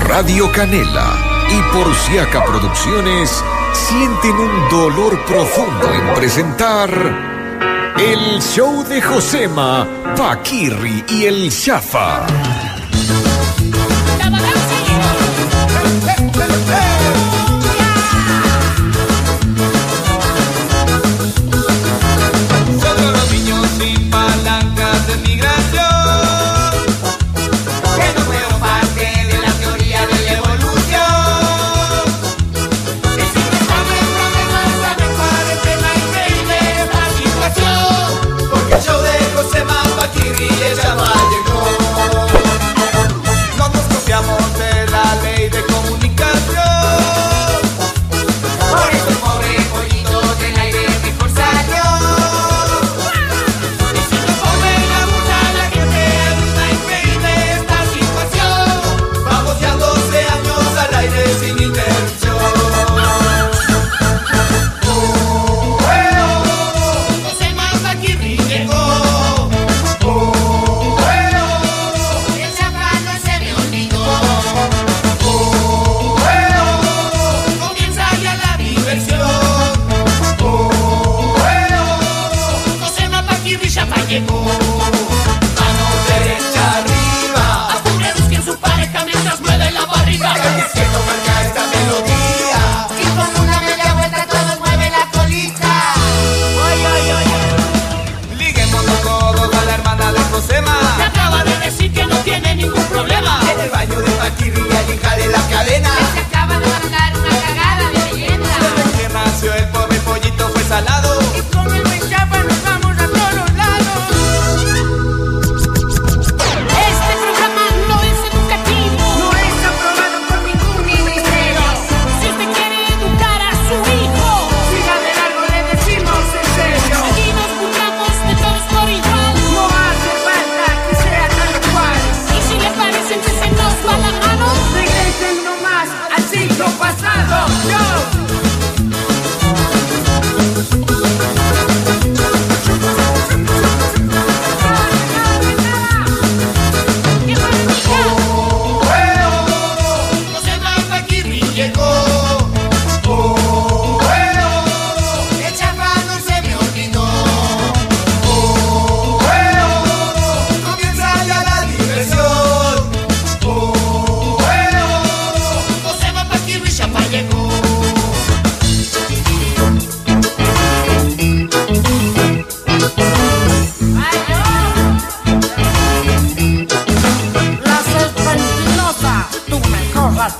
Radio Canela y por Siaca Producciones sienten un dolor profundo en presentar el show de Josema, Paquirri y el Chafa. Solo los niños sin palancas de migración, que no fueron parte de la teoría de la evolución. Y sin dejarme problemas, me parece la increíble satisfacción, porque el show de José Mapaquiri ya va llegó. No nos copiamos de la ley de comunicación. Por eso el pobre pollito del aire mejor salió Y si no comen abundar la gente adulta increíble esta situación Vamos ya 12 años al aire sin interrupción Oh, eh, oh, José Mapaquirri llegó Oh, eh, oh, el zapato se me olvidó Comienza ya la diversión. Oh, eh, oh. José Mapaquirri ya pa' llegó. Mano derecha arriba. Hasta un busquen su pareja mientras mueve la barriga. Siento marca esta melodía. Y con una media vuelta todos mueven la colita. Oye, oye, oye. Liguémonos todos a la hermana de Josema. Me acaba de decir que no tiene ningún problema. En el baño de Paquirri y alijale la cadena. Se acaba de mandar una cagada de leyenda. Desde que nació el pobre pollito fue salado. Y con el Pechapa nos vamos a todos lados. Este programa no es educativo. No es aprobado por ningún ministerio. Si usted quiere educar a su hijo, Si ya de largo le decimos en serio. aquí nos juntamos de todos por igual. No hace falta que sea tal cual. Y si le parece que se nos va la mano, Regresen nomás al siglo pasado. Yo. que para José Mapaquirri llegó. Oh, eh, oh, el chaval se me olvidó. Oh, eh, oh, comienza ya la diversión. Oh, eh, oh, José Mapaquirri ya pa' llegó. La peligrosa. Tú me cojas.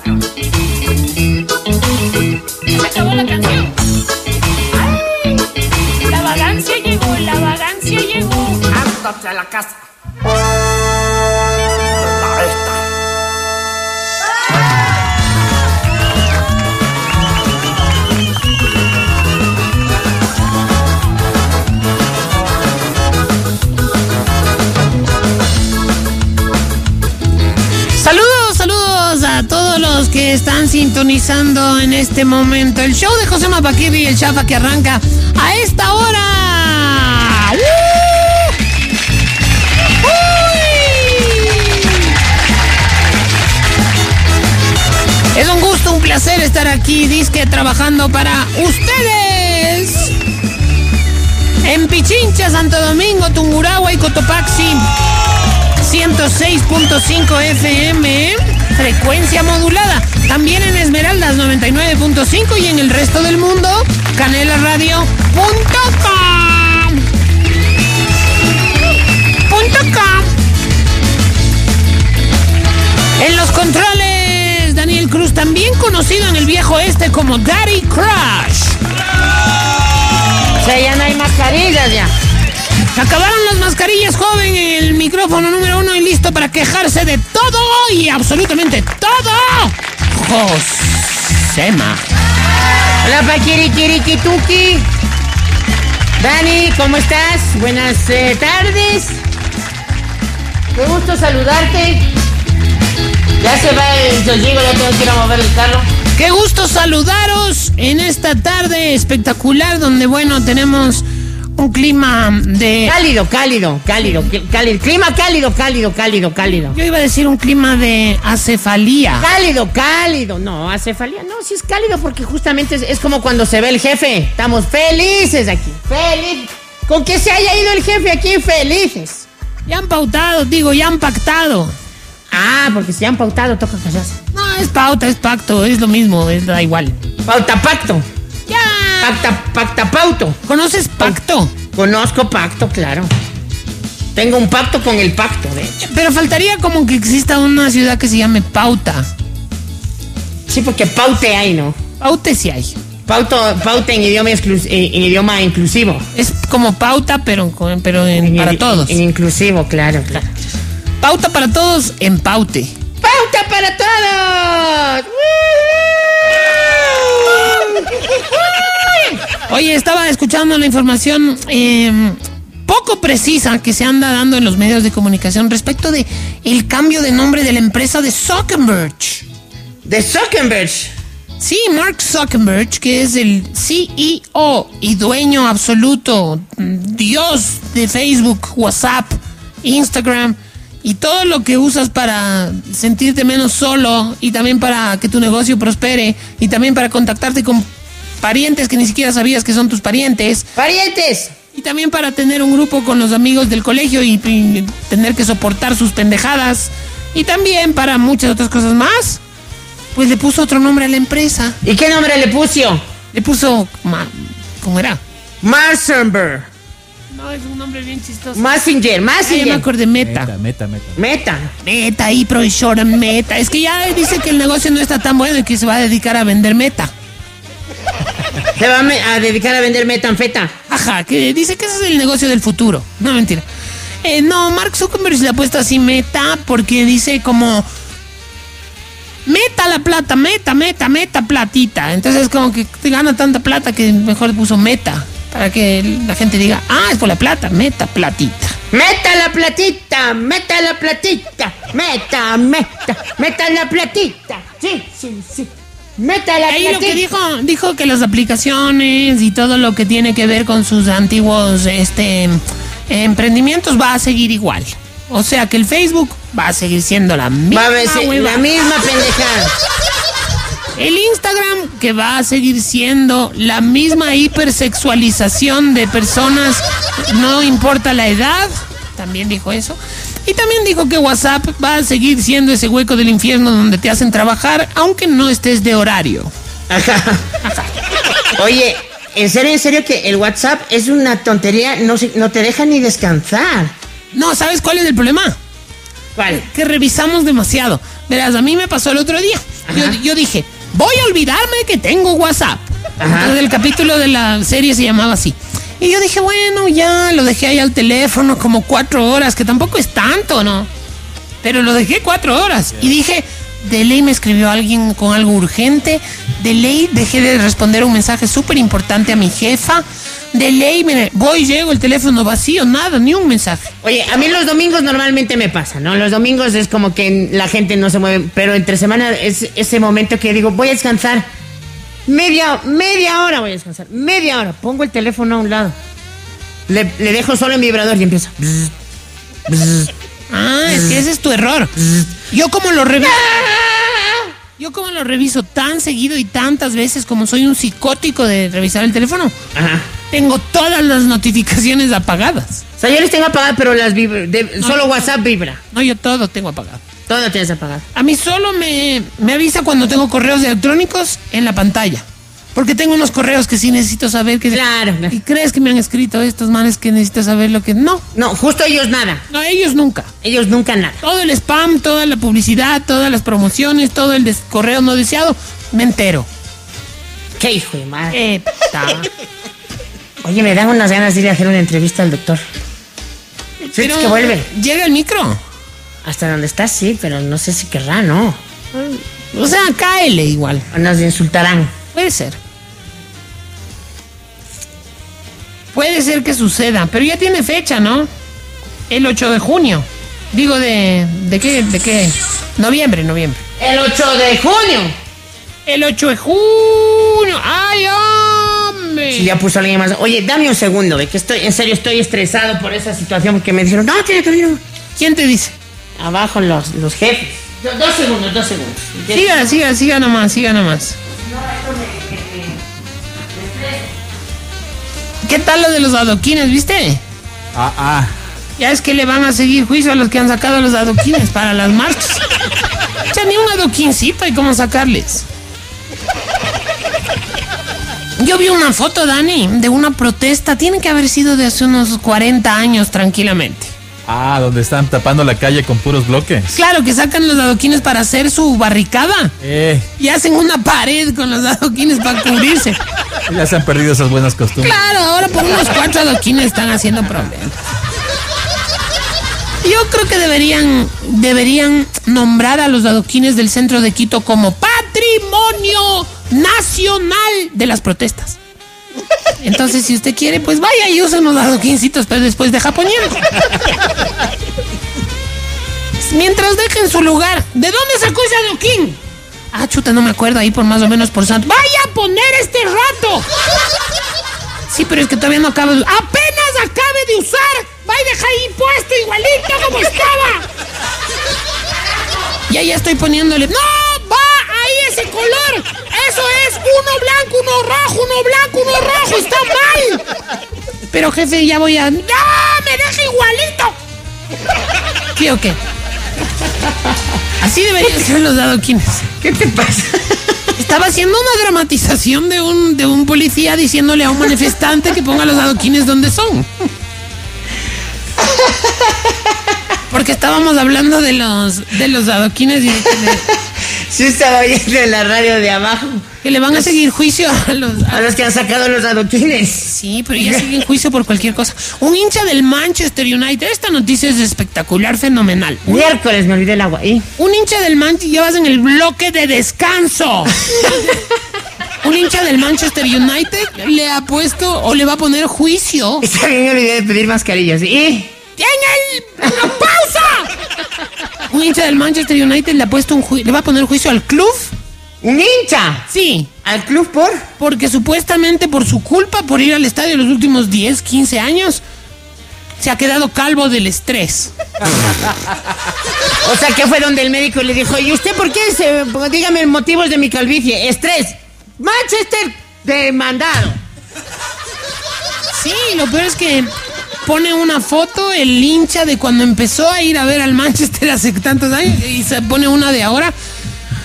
se acabó la canción. Ay, La vagancia llegó, la vagancia llegó. Ándate a la casa. Saludos, saludos a todos los que están sintonizando en este momento el show de José Mapaquiri y el Chafa que arranca a esta hora. ¡Uh! ¡Uy! Es un gusto, un placer estar aquí, disque trabajando para ustedes. En Pichincha, Santo Domingo, Tungurahua y Cotopaxi. 106.5 FM, frecuencia modulada. También en Esmeraldas 99.5 y en el resto del mundo, canelaradio.com. Punto com. En los controles, Daniel Cruz, también conocido en el viejo este como Daddy Crush. O sea, ya no hay mascarillas ya. Se acabaron las mascarillas, joven, el micrófono número uno y listo para quejarse de todo y absolutamente todo. Josema. Hola, Paquiriquiriquituki. Dani, ¿cómo estás? Buenas eh, tardes. Qué gusto saludarte. Ya se va el Yoyigo, ya tengo que ir a mover el carro. Qué gusto saludaros en esta tarde espectacular donde, bueno, tenemos un clima de... Cálido, cálido, cálido, qui- cálido. Clima cálido, cálido, cálido, cálido. Yo iba a decir un clima de acefalía. Cálido, cálido. No, acefalía. No, sí es cálido porque justamente es, es como cuando se ve el jefe. Estamos felices aquí. Feliz. Con que se haya ido el jefe aquí, felices. Ya han pautado, digo, ya han pactado. Ah, porque se han pautado, toca callarse. No, es pauta, es pacto, es lo mismo, es, da igual. Pauta pacto. Ya. Pacta, pacta pauto. ¿Conoces pacto? Conozco pacto, claro. Tengo un pacto con el pacto, de hecho. Pero faltaría como que exista una ciudad que se llame pauta. Sí, porque paute hay, ¿no? Paute sí hay. Pauto, pauta en idioma, exclu- en, en idioma inclusivo. Es como pauta, pero, con- pero en- En- para en- todos. En, inclusivo, claro, claro. Pauta para todos en paute. ¡Pauta para todos! Oye, estaba escuchando la información eh, poco precisa que se anda dando en los medios de comunicación respecto de el cambio de nombre de la empresa de Zuckerberg. De Zuckerberg. Sí, Mark Zuckerberg, que es el CEO y dueño absoluto, mm, dios de Facebook, WhatsApp, Instagram y todo lo que usas para sentirte menos solo y también para que tu negocio prospere y también para contactarte con parientes que ni siquiera sabías que son tus parientes. ¡Parientes! Y también para tener un grupo con los amigos del colegio y, y tener que soportar sus pendejadas. Y también para muchas otras cosas más. Pues le puso otro nombre a la empresa. ¿Y qué nombre le puso? Le puso... ma- ¿Cómo era? Marsenberg. No, es un nombre bien chistoso. Massinger, yo me Massinger. acordé, Meta. Meta, meta, meta. Meta. Meta, Pro y Short, Meta. Es que ya dice que el negocio no está tan bueno y que se va a dedicar a vender Meta. Se va a me- a dedicar a vender metanfeta. Ajá, que dice que ese es el negocio del futuro. No, mentira. Eh, no, Mark Zuckerberg le ha puesto así meta porque dice como... Meta la plata, meta, meta, meta platita. Entonces como que te gana tanta plata que mejor le puso meta. Para que la gente diga, ah, es por la plata, meta, platita. Meta la platita, meta la platita, meta, meta, meta la platita. Sí, sí, sí. Meta la Ahí lo que platita. dijo, dijo que las aplicaciones y todo lo que tiene que ver con sus antiguos este, emprendimientos va a seguir igual. O sea que el Facebook va a seguir siendo la misma. Va a ver, sí, hueva. la misma pendejada. El Instagram que va a seguir siendo la misma hipersexualización de personas, no importa la edad, también dijo eso. Y también dijo que WhatsApp va a seguir siendo ese hueco del infierno donde te hacen trabajar, aunque no estés de horario. Ajá. Oye, en serio, en serio que el WhatsApp es una tontería, no, se- no te deja ni descansar. No, ¿sabes cuál es el problema? ¿Cuál? que revisamos demasiado. Verás, a mí me pasó el otro día. Yo, yo dije, voy a olvidarme que tengo WhatsApp. Entonces, el capítulo de la serie se llamaba así. Y yo dije, bueno, ya lo dejé ahí al teléfono como cuatro horas, que tampoco es tanto, ¿no? Pero lo dejé cuatro horas. Y dije, de ley me escribió alguien con algo urgente. De ley dejé de responder un mensaje súper importante a mi jefa. De ley, me voy, llego, el teléfono vacío, nada, ni un mensaje. Oye, a mí los domingos normalmente me pasa, ¿no? Los domingos es como que la gente no se mueve, pero entre semana es ese momento que digo, voy a descansar. Media, media hora voy a descansar, media hora. Pongo el teléfono a un lado. Le, le dejo solo en vibrador y empiezo. Ah, es que ese es tu error. Yo como lo reviso. Yo como lo reviso tan seguido y tantas veces como soy un psicótico de revisar el teléfono, Ajá. tengo todas las notificaciones apagadas. O sea, yo les tengo apagada, pero las vibra, de- solo WhatsApp vibra. No, yo todo tengo apagado. Todo lo tienes apagado. A mí solo me, me avisa cuando tengo correos electrónicos en la pantalla. Porque tengo unos correos que sí necesito saber que... Claro, claro. ¿Y crees que me han escrito estos manes que necesito saber lo que... No, No, justo ellos nada. no, ellos nunca. Ellos nunca nada. Todo el spam, toda la publicidad, todas las promociones, todo el des- correo no deseado, me entero. Qué hijo de Eh, madre. Epa. Oye, me dan unas ganas de ir a hacer una entrevista al doctor. Pero que vuelve? Llega el micro. Hasta donde está, sí, pero no sé si querrá, ¿no? O sea, cáele igual. O nos insultarán. Puede ser. Puede ser que suceda, pero ya tiene fecha, ¿no? El 8 de junio. Digo, de, ¿de qué? ¿De qué? Noviembre, noviembre. El 8 de junio. El 8 de junio. ¡Ay, hombre. Si ya puso alguien más. Oye, dame un segundo, ve, que estoy, en serio, estoy estresado por esa situación que me dijeron, no, tiene que venir ¿Quién te dice? abajo los, los jefes. Do- dos segundos, dos segundos. Ya- Siga, siga, siga nomás, siga nomás. ¿Qué tal lo de los adoquines, viste? Ah, ah. Ya es que le van a seguir juicio a los que han sacado los adoquines para las marchas. Ya ni un adoquincito hay cómo sacarles. Yo vi una foto, Dani, de una protesta. Tiene que haber sido de hace unos 40 años tranquilamente. Ah, donde están tapando la calle con puros bloques. Claro que sacan los adoquines para hacer su barricada Eh, y hacen una pared con los adoquines para cubrirse. ya se han perdido esas buenas costumbres. Claro, ahora por unos cuatro adoquines están haciendo problemas. Yo creo que deberían, deberían nombrar a los adoquines del centro de Quito como patrimonio nacional de las protestas. Entonces, si usted quiere, pues vaya y use unos adoquincitos, pero después deja poniendo. Mientras dejen su lugar, ¿de dónde sacó ese adoquín? Ah, chuta, no me acuerdo ahí por más o menos por santo. ¡Vaya a poner este rato! Sí, pero es que todavía no acaba de... ¡Apenas acabe de usar! ¡Va y deja ahí puesto igualito como estaba! Y ahí ya estoy poniéndole... ¡No! ¡Va ahí ese color! ¡Eso es uno blanco, uno rojo, uno blanco, uno rojo! ¡Está mal! Pero jefe, ya voy a... ¡No! ¡Me deja igualito! ¿Sí o qué? Así deberían ser los adoquines. ¿Qué te pasa? Estaba haciendo una dramatización de un, de un policía diciéndole a un manifestante que ponga los adoquines donde son. Porque estábamos hablando de los, de los adoquines y de que, le- Yo estaba oyendo en la radio de abajo que le van a seguir juicio a los... a- a los que han sacado los adoquines. sí, pero ya siguen juicio por cualquier cosa. Un hincha del Manchester United, esta noticia es espectacular, fenomenal. Miércoles me olvidé el agua. ¿Y? Un hincha del Manchester llevas en el bloque de descanso. Un hincha del Manchester United le ha puesto o le va a poner juicio Está bien, me olvidé de pedir mascarillas. ¿Y? ¡En el... ¡Una pausa! Un hincha del Manchester United le ha puesto un ju- le va a poner juicio al club. ¿Un hincha? Sí, ¿Al club por? porque supuestamente por su culpa por ir al estadio los últimos 10, 15 años se ha quedado calvo del estrés. O sea, que fue donde el médico le dijo, ¿y usted por qué? Se, dígame el motivo de mi calvicie. Estrés. Manchester demandado. Sí, lo peor es que pone una foto el hincha de cuando empezó a ir a ver al Manchester hace tantos años y se pone una de ahora.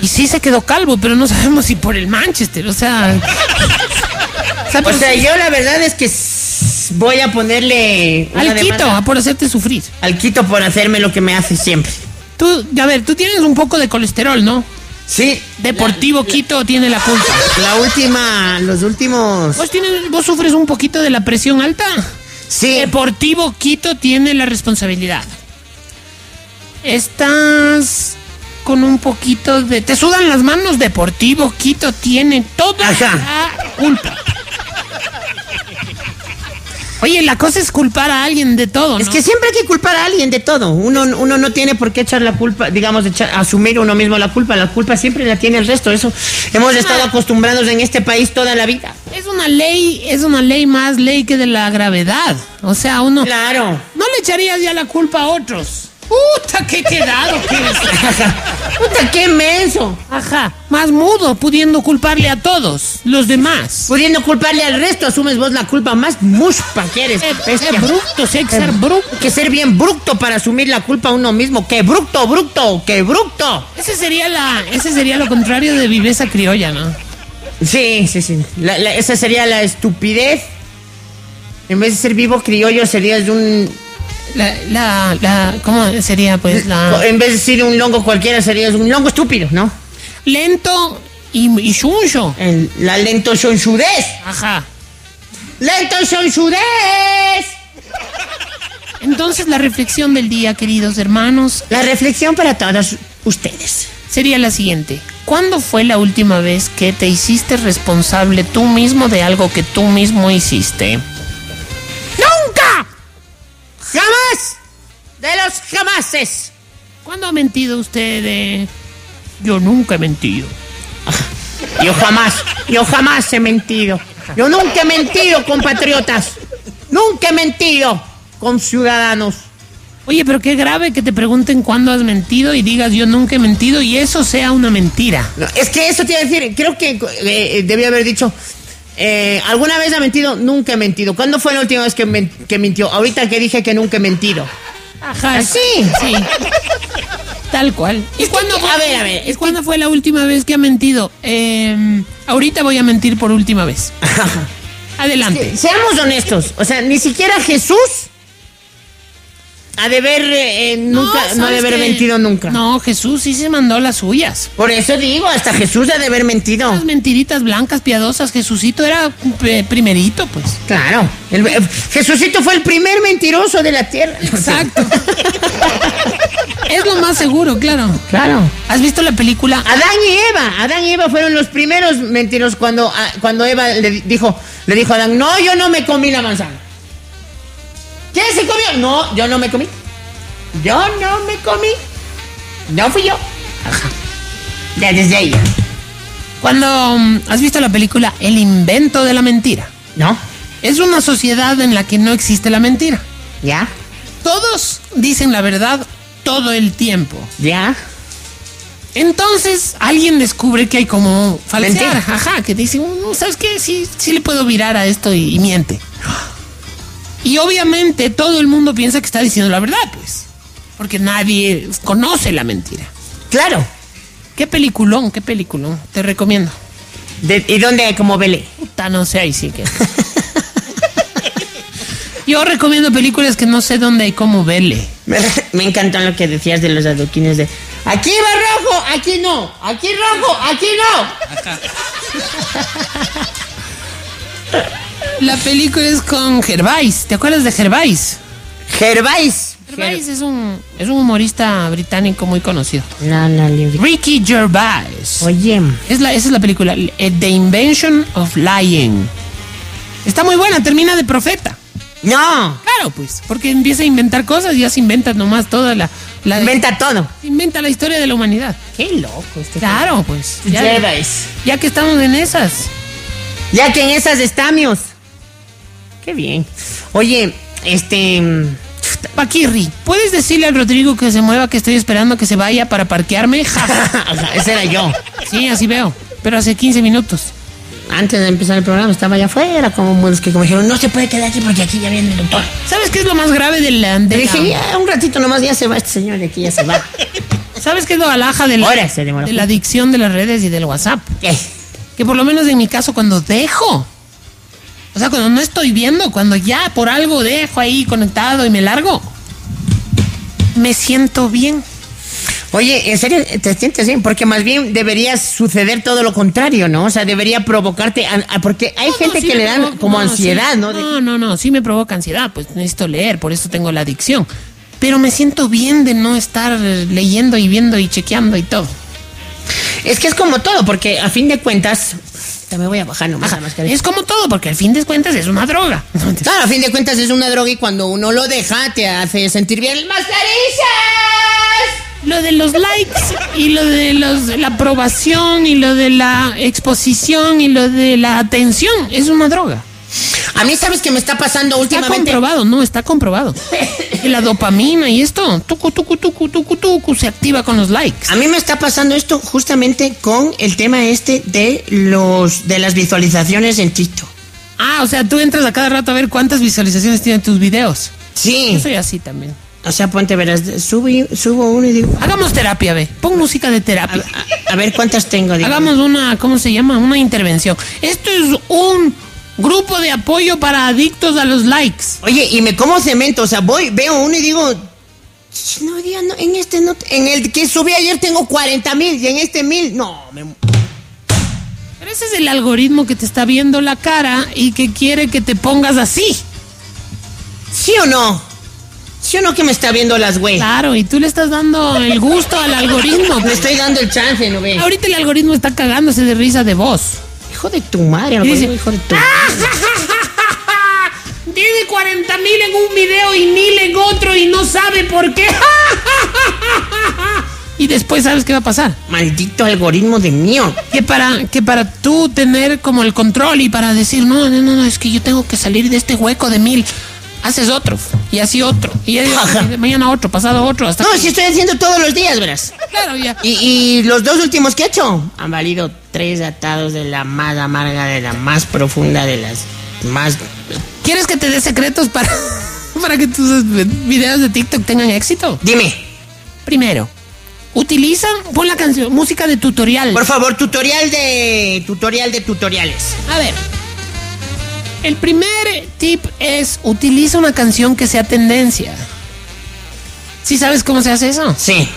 Y sí se quedó calvo, pero no sabemos si por el Manchester, o sea... o sea, O pero sea, Pues sí. yo la verdad es que s- voy a ponerle... una Al Quito, demanda a por hacerte sufrir. Al Quito por hacerme lo que me hace siempre. Tú, a ver, tú tienes un poco de colesterol, ¿no? Sí. Deportivo Quito tiene la culpa. La última, los últimos... ¿Vos, tienes, vos sufres un poquito de la presión alta. Sí. Deportivo Quito tiene la responsabilidad. Estás con un poquito de... Te sudan las manos, Deportivo Quito tiene toda Ajá. la culpa. Oye, la cosa es culpar a alguien de todo, ¿no? Es que siempre hay que culpar a alguien de todo. Uno, uno no tiene por qué echar la culpa, digamos, echar- asumir uno mismo la culpa. La culpa siempre la tiene el resto. Eso hemos estado Ah. acostumbrados en este país toda la vida. Es una ley, es una ley más ley que de la gravedad. O sea, uno... Claro. No le echarías ya la culpa a otros. ¡Puta, qué quedado que eres! Puta, qué menso. Ajá, más mudo, pudiendo culparle a todos los demás. Pudiendo culparle al resto, asumes vos la culpa más muspa que eres. Eh, Pues, bestia. Em. eh, bruto, sí hay que ser bruto. Hay que ser bien bruto para asumir la culpa a uno mismo. ¡Qué bruto, bruto! ¡Qué bruto! Ese sería, la, ese sería lo contrario de viveza criolla, ¿no? Sí, sí, sí. La- la- esa sería la estupidez. En vez de ser vivo criollo, serías un La, la, la, ¿cómo sería? Pues la... En vez de decir un longo cualquiera, serías un longo estúpido, ¿no? Lento y, y chuncho. El- la lento sonchudez. Ajá. ¡Lento sonchudez! Entonces la reflexión del día, queridos hermanos, La reflexión para todos ustedes. sería la siguiente. ¿Cuándo fue la última vez que te hiciste responsable tú mismo de algo que tú mismo hiciste? ¡Nunca! ¡Jamás! De los jamases. ¿Cuándo ha mentido usted? eh? Yo nunca he mentido. Yo jamás, yo jamás he mentido. Yo nunca he mentido, compatriotas. Nunca he mentido con ciudadanos. Oye, pero qué grave que te pregunten cuándo has mentido y digas yo nunca he mentido y eso sea una mentira. No, es que eso te iba a decir, creo que eh, eh, debía haber dicho, eh, ¿alguna vez ha mentido? Nunca he mentido. ¿Cuándo fue la última vez que, men- que mintió? Ahorita que dije que nunca he mentido. Ajá. Sí. Sí. Tal cual. ¿Y cuándo que- fue, a ver, a ver, ¿y es cuándo fue la última vez que ha mentido? Eh, ahorita voy a mentir por última vez. Adelante. Que- Seamos honestos, o sea, ni siquiera Jesús ha de haber, eh, eh, nunca, no ha de ¿sabes haber qué? mentido nunca. No, Jesús sí se mandó las suyas. Por eso digo, hasta Jesús ha de haber mentido. Las mentiritas blancas, piadosas. Jesucito era eh, primerito, pues. Claro. El- eh, Jesucito fue el primer mentiroso de la tierra. Exacto. es lo más seguro, claro. Claro. ¿Has visto la película? Adán y Eva, Adán y Eva fueron los primeros mentirosos cuando, ah, cuando Eva le di- dijo, le dijo a Adán, no, yo no me comí la manzana. ¿Quién se comió? No, yo no me comí. Yo no me comí. No fui yo. Ajá. Ya desde ahí. Cuando mm, has visto la película El invento de la mentira. ¿No? Es una sociedad en la que no existe la mentira. ¿Ya? Todos dicen la verdad todo el tiempo. ¿Ya? Entonces alguien descubre que hay como falsear, Mentira. ajá, que dice, "Mm, ¿sabes qué? Sí, sí le puedo virar a esto y, y miente. Y obviamente todo el mundo piensa que está diciendo la verdad, pues. Porque nadie conoce la mentira. Claro. Qué peliculón, qué peliculón. Te recomiendo. De- ¿Y dónde como Belé? Puta, no sé, ahí sí que. Yo recomiendo películas que no sé dónde y cómo verle. Me encantó lo que decías de los adoquines de aquí va rojo, aquí no, aquí rojo, aquí no. La película es con Gervais. ¿Te acuerdas de Gervais? Gervais. Gervais es un, es un humorista británico muy conocido. No, no, libre. Ricky Gervais. Oye, Es la, esa es la película, eh, The Invention of Lying. Está muy buena, termina de profeta. no, Claro, pues, porque empieza a inventar cosas y ya se inventa nomás toda la... la inventa todo. se inventa la historia de la humanidad. Qué loco este. Claro, pues. Ya, Gervais. ya que estamos en esas. Ya que en esas estamos. Qué bien. Oye, este. Paquirri, ¿puedes decirle al Rodrigo que se mueva que estoy esperando que se vaya para parquearme? Ja, ja. Ese era yo. sí, así veo. Pero hace 15 minutos. Antes de empezar el programa estaba allá afuera, como muchos que como dijeron, no se puede quedar aquí porque aquí ya viene el doctor. ¿Sabes qué es lo más grave de la... de Le la- dije, ya, un ratito nomás, ya se va este señor de aquí, ya se va. ¿Sabes qué es lo alhaja de la, Ahora se demoró. de la adicción de las redes y del WhatsApp? ¿Qué? Que por lo menos en mi caso cuando dejo, o sea, cuando no estoy viendo, cuando ya por algo dejo ahí conectado y me largo, me siento bien. Oye, ¿en serio te sientes bien? Porque más bien debería suceder todo lo contrario, ¿no? O sea, debería provocarte. an- a- porque hay No, gente no, sí que me le dan provoca- como no, ansiedad, sí. ¿no? De- No, no, no, sí me provoca ansiedad, pues necesito leer, por eso tengo la adicción. Pero me siento bien de no estar eh, leyendo y viendo y chequeando y todo. Es que es como todo, porque a fin de cuentas. Me voy a bajar nomás la mascarilla. Es como todo, porque al fin de cuentas es una droga. Claro, a fin de cuentas es una droga y cuando uno lo deja te hace sentir bien. ¡Mascarillas! Lo de los likes y lo de los, la aprobación y lo de la exposición y lo de la atención es una droga. A mí, ¿sabes qué me está pasando Está últimamente? comprobado, no, está comprobado. Y la dopamina y esto, tucu, tucu, tucu, tucu, tucu, se activa con los likes. A mí me está pasando esto justamente con el tema este de los de las visualizaciones en TikTok. Ah, o sea, tú entras a cada rato a ver cuántas visualizaciones tienen tus videos. Yo Sí. soy así también. O sea, ponte verás, subo, y- subo uno y digo, Hagamos terapia, ve. Pon música de a, terapia. a- a ver cuántas tengo. digo. Hagamos una, ¿cómo se llama? Una intervención. Esto es un grupo de apoyo para adictos a los likes. Oye, y me como cemento, o sea, voy, veo uno y digo, "Ch, no, día, no, en este no, en el que subí ayer tengo 40 mil y en este mil, no, me... Pero ese es el algoritmo que te está viendo la cara y que quiere que te pongas así. ¿sí o no? ¿Sí o no que me está viendo las güey? Claro, y tú le estás dando el gusto al algoritmo. pues. Me estoy dando el chance, ¿no ve? Ahorita el algoritmo está cagándose de risa de voz. Hijo de tu dice, "Ah". madre, algoritmo, hijo de tu Tiene 40 mil en un video y mil en otro y no sabe por qué. y después sabes qué va a pasar. Maldito algoritmo de mío. Que para, que para tú tener como el control y para decir, no, no, no, no, es que yo tengo que salir de este hueco de mil, haces otro, y así otro, y ya- Ajá. mañana otro, pasado otro, hasta... No, si estoy haciendo todos los días, verás. Claro, ya. Y, y los dos últimos que he hecho han valido tres atados de la más amarga, de la más profunda, de las más. ¿Quieres que te dé secretos para, para que tus videos de TikTok tengan éxito? Dime, Primero, utiliza, pon la canción, música de tutorial. por favor, tutorial de. tutorial de tutoriales. A ver. El primer tip es utiliza una canción que sea tendencia. ¿Sí sabes cómo se hace eso? Sí.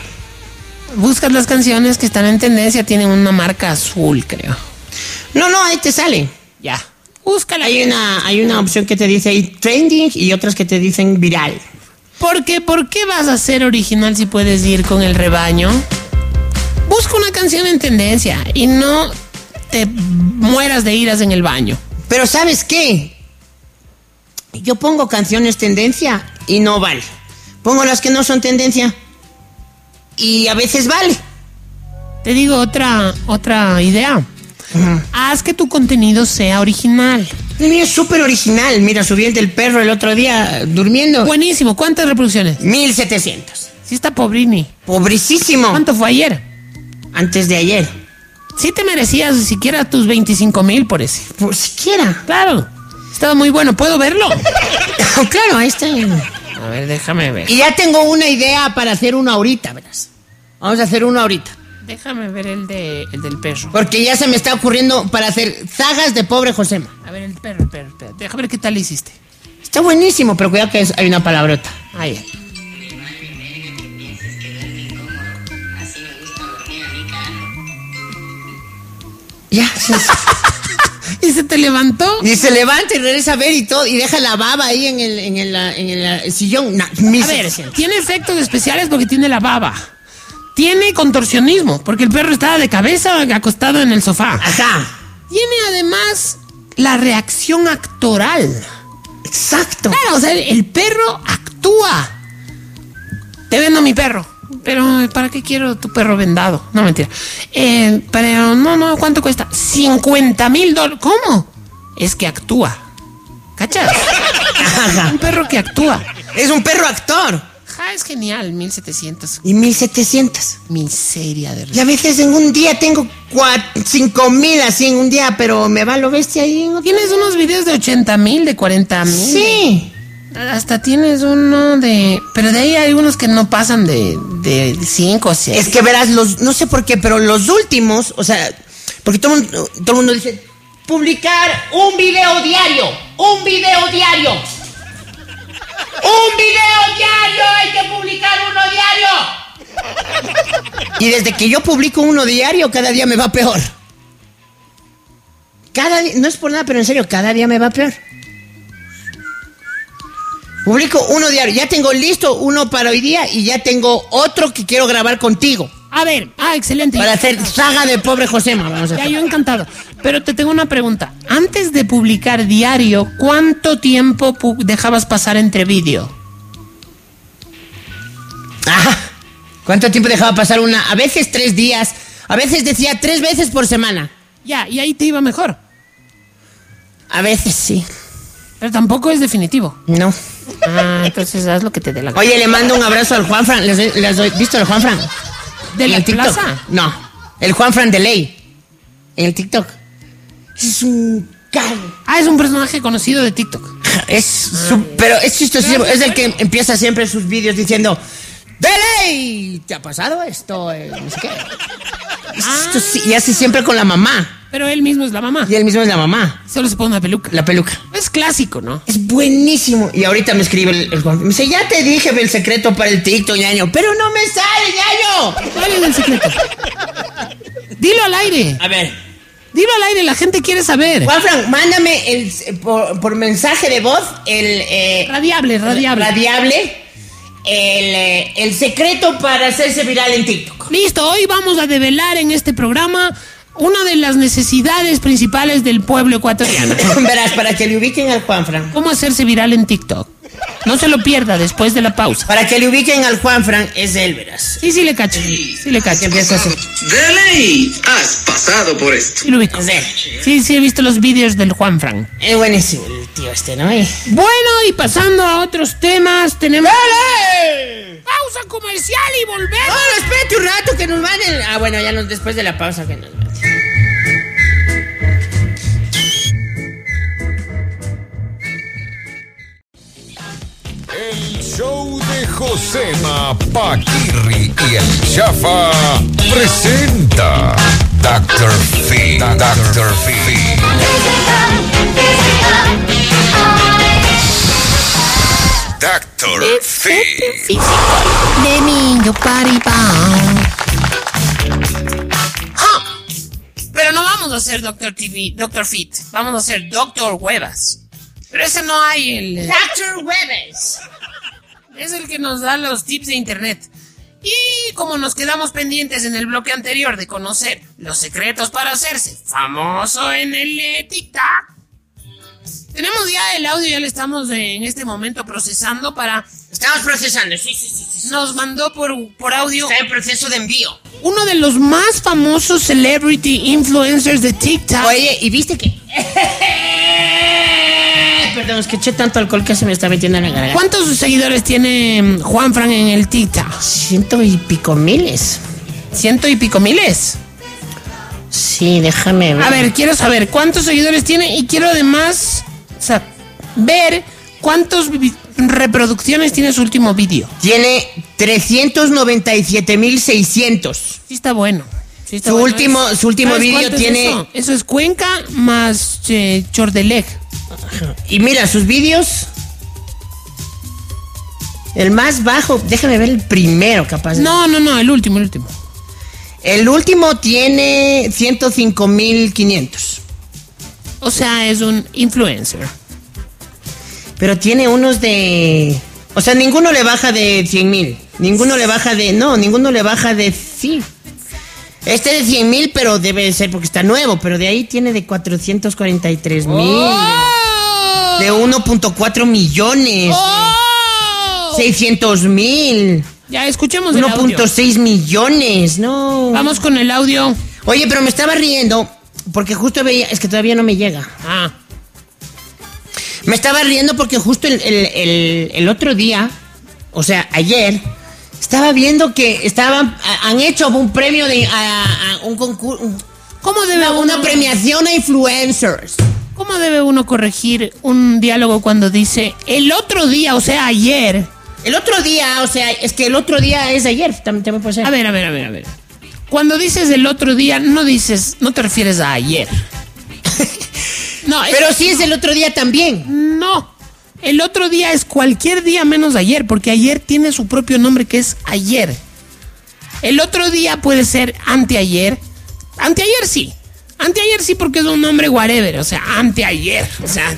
Buscas las canciones que están en tendencia, tienen una marca azul, creo. No, no, ahí te sale. Ya. Búscala. Hay una, hay una opción que te dice ahí trending y otras que te dicen viral. Porque, ¿por qué vas a ser original si puedes ir con el rebaño? Busca una canción en tendencia y no te mueras de iras en el baño. Pero ¿sabes qué? Yo pongo canciones tendencia y no vale. Pongo las que no son tendencia y a veces vale. Te digo otra, otra idea. Haz que tu contenido sea original. El mío es súper original. Mira, subí el del perro el otro día durmiendo. Buenísimo. ¿Cuántas reproducciones? 1700. Sí está Pobrini. Pobrecísimo. ¿Cuánto fue ayer? Antes de ayer. Sí te merecías siquiera tus 25 mil por ese. Por siquiera. Claro. Estaba muy bueno. ¿Puedo verlo? claro, ahí está. A ver, déjame ver. Y ya tengo una idea para hacer una ahorita, verás. Vamos a hacer una ahorita. Déjame ver el, de, el del perro. Porque ya se me está ocurriendo para hacer zagas de pobre Josema. A ver, el perro, el perro, el perro. Déjame ver qué tal hiciste. Está buenísimo, pero cuidado que es- hay una palabrota. Ahí. Ya. sí, sí. Y se te levantó. Y se levanta y regresa a ver y todo, y deja la baba ahí en el, en el, en el sillón. Na- A ver, tiene efectos especiales porque tiene la baba. Tiene contorsionismo, porque el perro estaba de cabeza acostado en el sofá. Ajá. Tiene además la reacción actoral. Exacto. Claro, o sea, el perro actúa. Te vendo mi perro. Pero, eh, ¿para qué quiero tu perro vendado? No, mentira. Eh, pero, no, no, ¿cuánto cuesta? 50 mil dólares. ¿Cómo? Es que actúa. ¿Cachas? Un perro que actúa. Es un perro actor. Ja, es genial, 1700. Y 1700. Miseria de Y a risa. veces en un día tengo cua- 5000 así en un día, pero me va lo bestia ahí en otro. Tienes unos videos de 80 mil, de 40 mil. Sí. Hasta tienes uno de... Pero de ahí hay unos que no pasan de, de 5 o 6. Es que verás, los, no sé por qué, pero los últimos, o sea, porque todo, el mundo- todo el mundo dice, publicar un video diario, un video diario. Un video diario, hay que publicar uno diario. Y desde que yo publico uno diario, cada día me va peor. Cada di- no es por nada, pero en serio, cada día me va peor. Publico uno diario, ya tengo listo uno para hoy día y ya tengo otro que quiero grabar contigo. A ver, ah, excelente. Para hacer saga de pobre Josema, vamos a Ya, hacer. yo encantado. Pero te tengo una pregunta. Antes de publicar diario, ¿cuánto tiempo pu- dejabas pasar entre vídeo? Ajá. ¿Cuánto tiempo dejaba pasar una? A veces tres días, a veces decía tres veces por semana. Ya, y ahí te iba mejor. A veces sí, Pero tampoco es definitivo. no. Ah, entonces haz lo que te dé la gana. Oye, le mando un abrazo al Juanfran. ¿Les, les doy- ¿Visto al Juanfran? ¿De En la el TikTok. plaza? No, el Juanfran de ley. En el TikTok. Es un cago. Ah, es un personaje conocido de TikTok. Es su- pero es chistosísimo. Es el que empieza siempre sus vídeos diciendo: ¡De ley! ¿Te ha pasado esto? Eh, no sé qué. Es chistosi- y hace siempre con la mamá. Pero él mismo es la mamá. Y él mismo es la mamá, Solo se pone una peluca. la peluca. Es clásico, ¿no? Es buenísimo. Y ahorita me escribe el, el Juan. Me dice, ya te dije el secreto para el TikTok, ñaño. Pero no me sale, ñaño. ¿Cuál es el secreto? Dilo al aire. A ver. Dilo al aire, la gente quiere saber. Juan Frank, mándame el, por, por mensaje de voz el... eh, Radiable, radiable. radiable, el, eh, el secreto para hacerse viral en TikTok. Listo, hoy vamos a develar en este programa una de las necesidades principales del pueblo ecuatoriano. Verás, para que le ubiquen al Juan Frank. ¿Cómo hacerse viral en TikTok? No se lo pierda después de la pausa. Para que le ubiquen al Juan Frank, es él, verás. Sí, sí le cacho. Sí le cacho. Empieza así. De ley, has pasado por esto. Sí lo ubico. Es él. Sí, sí he visto los vídeos del Juan Frank. Es buenísimo el tío este, ¿no? Y- Bueno, y pasando a otros temas, tenemos. Pausa comercial y No, volvemos. no, espérate un rato que nos manden. Ah, bueno, ya nos, después de la pausa que nos manden. El show de Josema Paquirri y el Chafa presenta Dr. Fee. Dr. Fee. Dr. Fee. De mí, yo Pero no vamos a hacer Doctor TV, Doctor Fit. Vamos a hacer Doctor Huevas. Pero ese no hay el. eh, Dr. Webes. Es el que nos da los tips de internet. Y como nos quedamos pendientes en el bloque anterior de conocer los secretos para hacerse famoso en el eh, TikTok, tenemos ya el audio, ya lo estamos eh, en este momento procesando para... Estamos procesando, sí, sí, sí. sí. Nos mandó por, por audio Está en proceso de envío. uno de los más famosos celebrity influencers de TikTok. Ah, Oye, ¿y viste que.? Perdón, es que eché tanto alcohol que se me está metiendo en la garganta. ¿Cuántos seguidores tiene mm, Juan Fran en el TikTok? Ciento y pico miles. Ciento y pico miles. Sí, déjame ver. A ver, quiero saber cuántos seguidores tiene y quiero además ver cuántos vi- reproducciones tiene su último vídeo. Tiene 397.600. Sí está bueno. sí está Su bueno. último- su último ¿sabes vídeo cuánto es tiene- eso? Eso es Cuenca más eh, Chordeleg. Y mira, sus vídeos. El más bajo, déjame ver el primero, capaz. No, no, no, el último, el último. El último tiene 105.500. O sea, es un influencer. Pero tiene unos de. O sea, ninguno le baja de 100 mil. Ninguno le baja de. No, ninguno le baja de. Sí. Este de 100 mil, pero debe ser porque está nuevo. Pero de ahí tiene de 443 mil. Oh, Oh. De 1.4 millones. oh, 600 mil. Ya escuchemos el audio. 1.6 millones. No. Vamos con el audio. Oye, pero me estaba riendo. Porque justo veía. Es que todavía no me llega. Ah, Me estaba riendo porque justo el, el- el- el otro día, o sea, ayer, estaba viendo que estaban a- han hecho un premio de a- a un concurso, ¿cómo debe una, una uno- premiación a influencers. ¿Cómo debe uno corregir un diálogo cuando dice el otro día, o sea, ayer? El otro día, o sea, es que el otro día es ayer, también, también puede ser. A ver, a ver, a ver, a ver. Cuando dices el otro día, no dices, no te refieres a ayer. No, es- pero sí es el otro día también. no. El otro día es cualquier día menos ayer, porque ayer tiene su propio nombre que es ayer. El otro día puede ser anteayer. Anteayer sí. Anteayer sí porque es un nombre whatever, o sea, anteayer. O sea,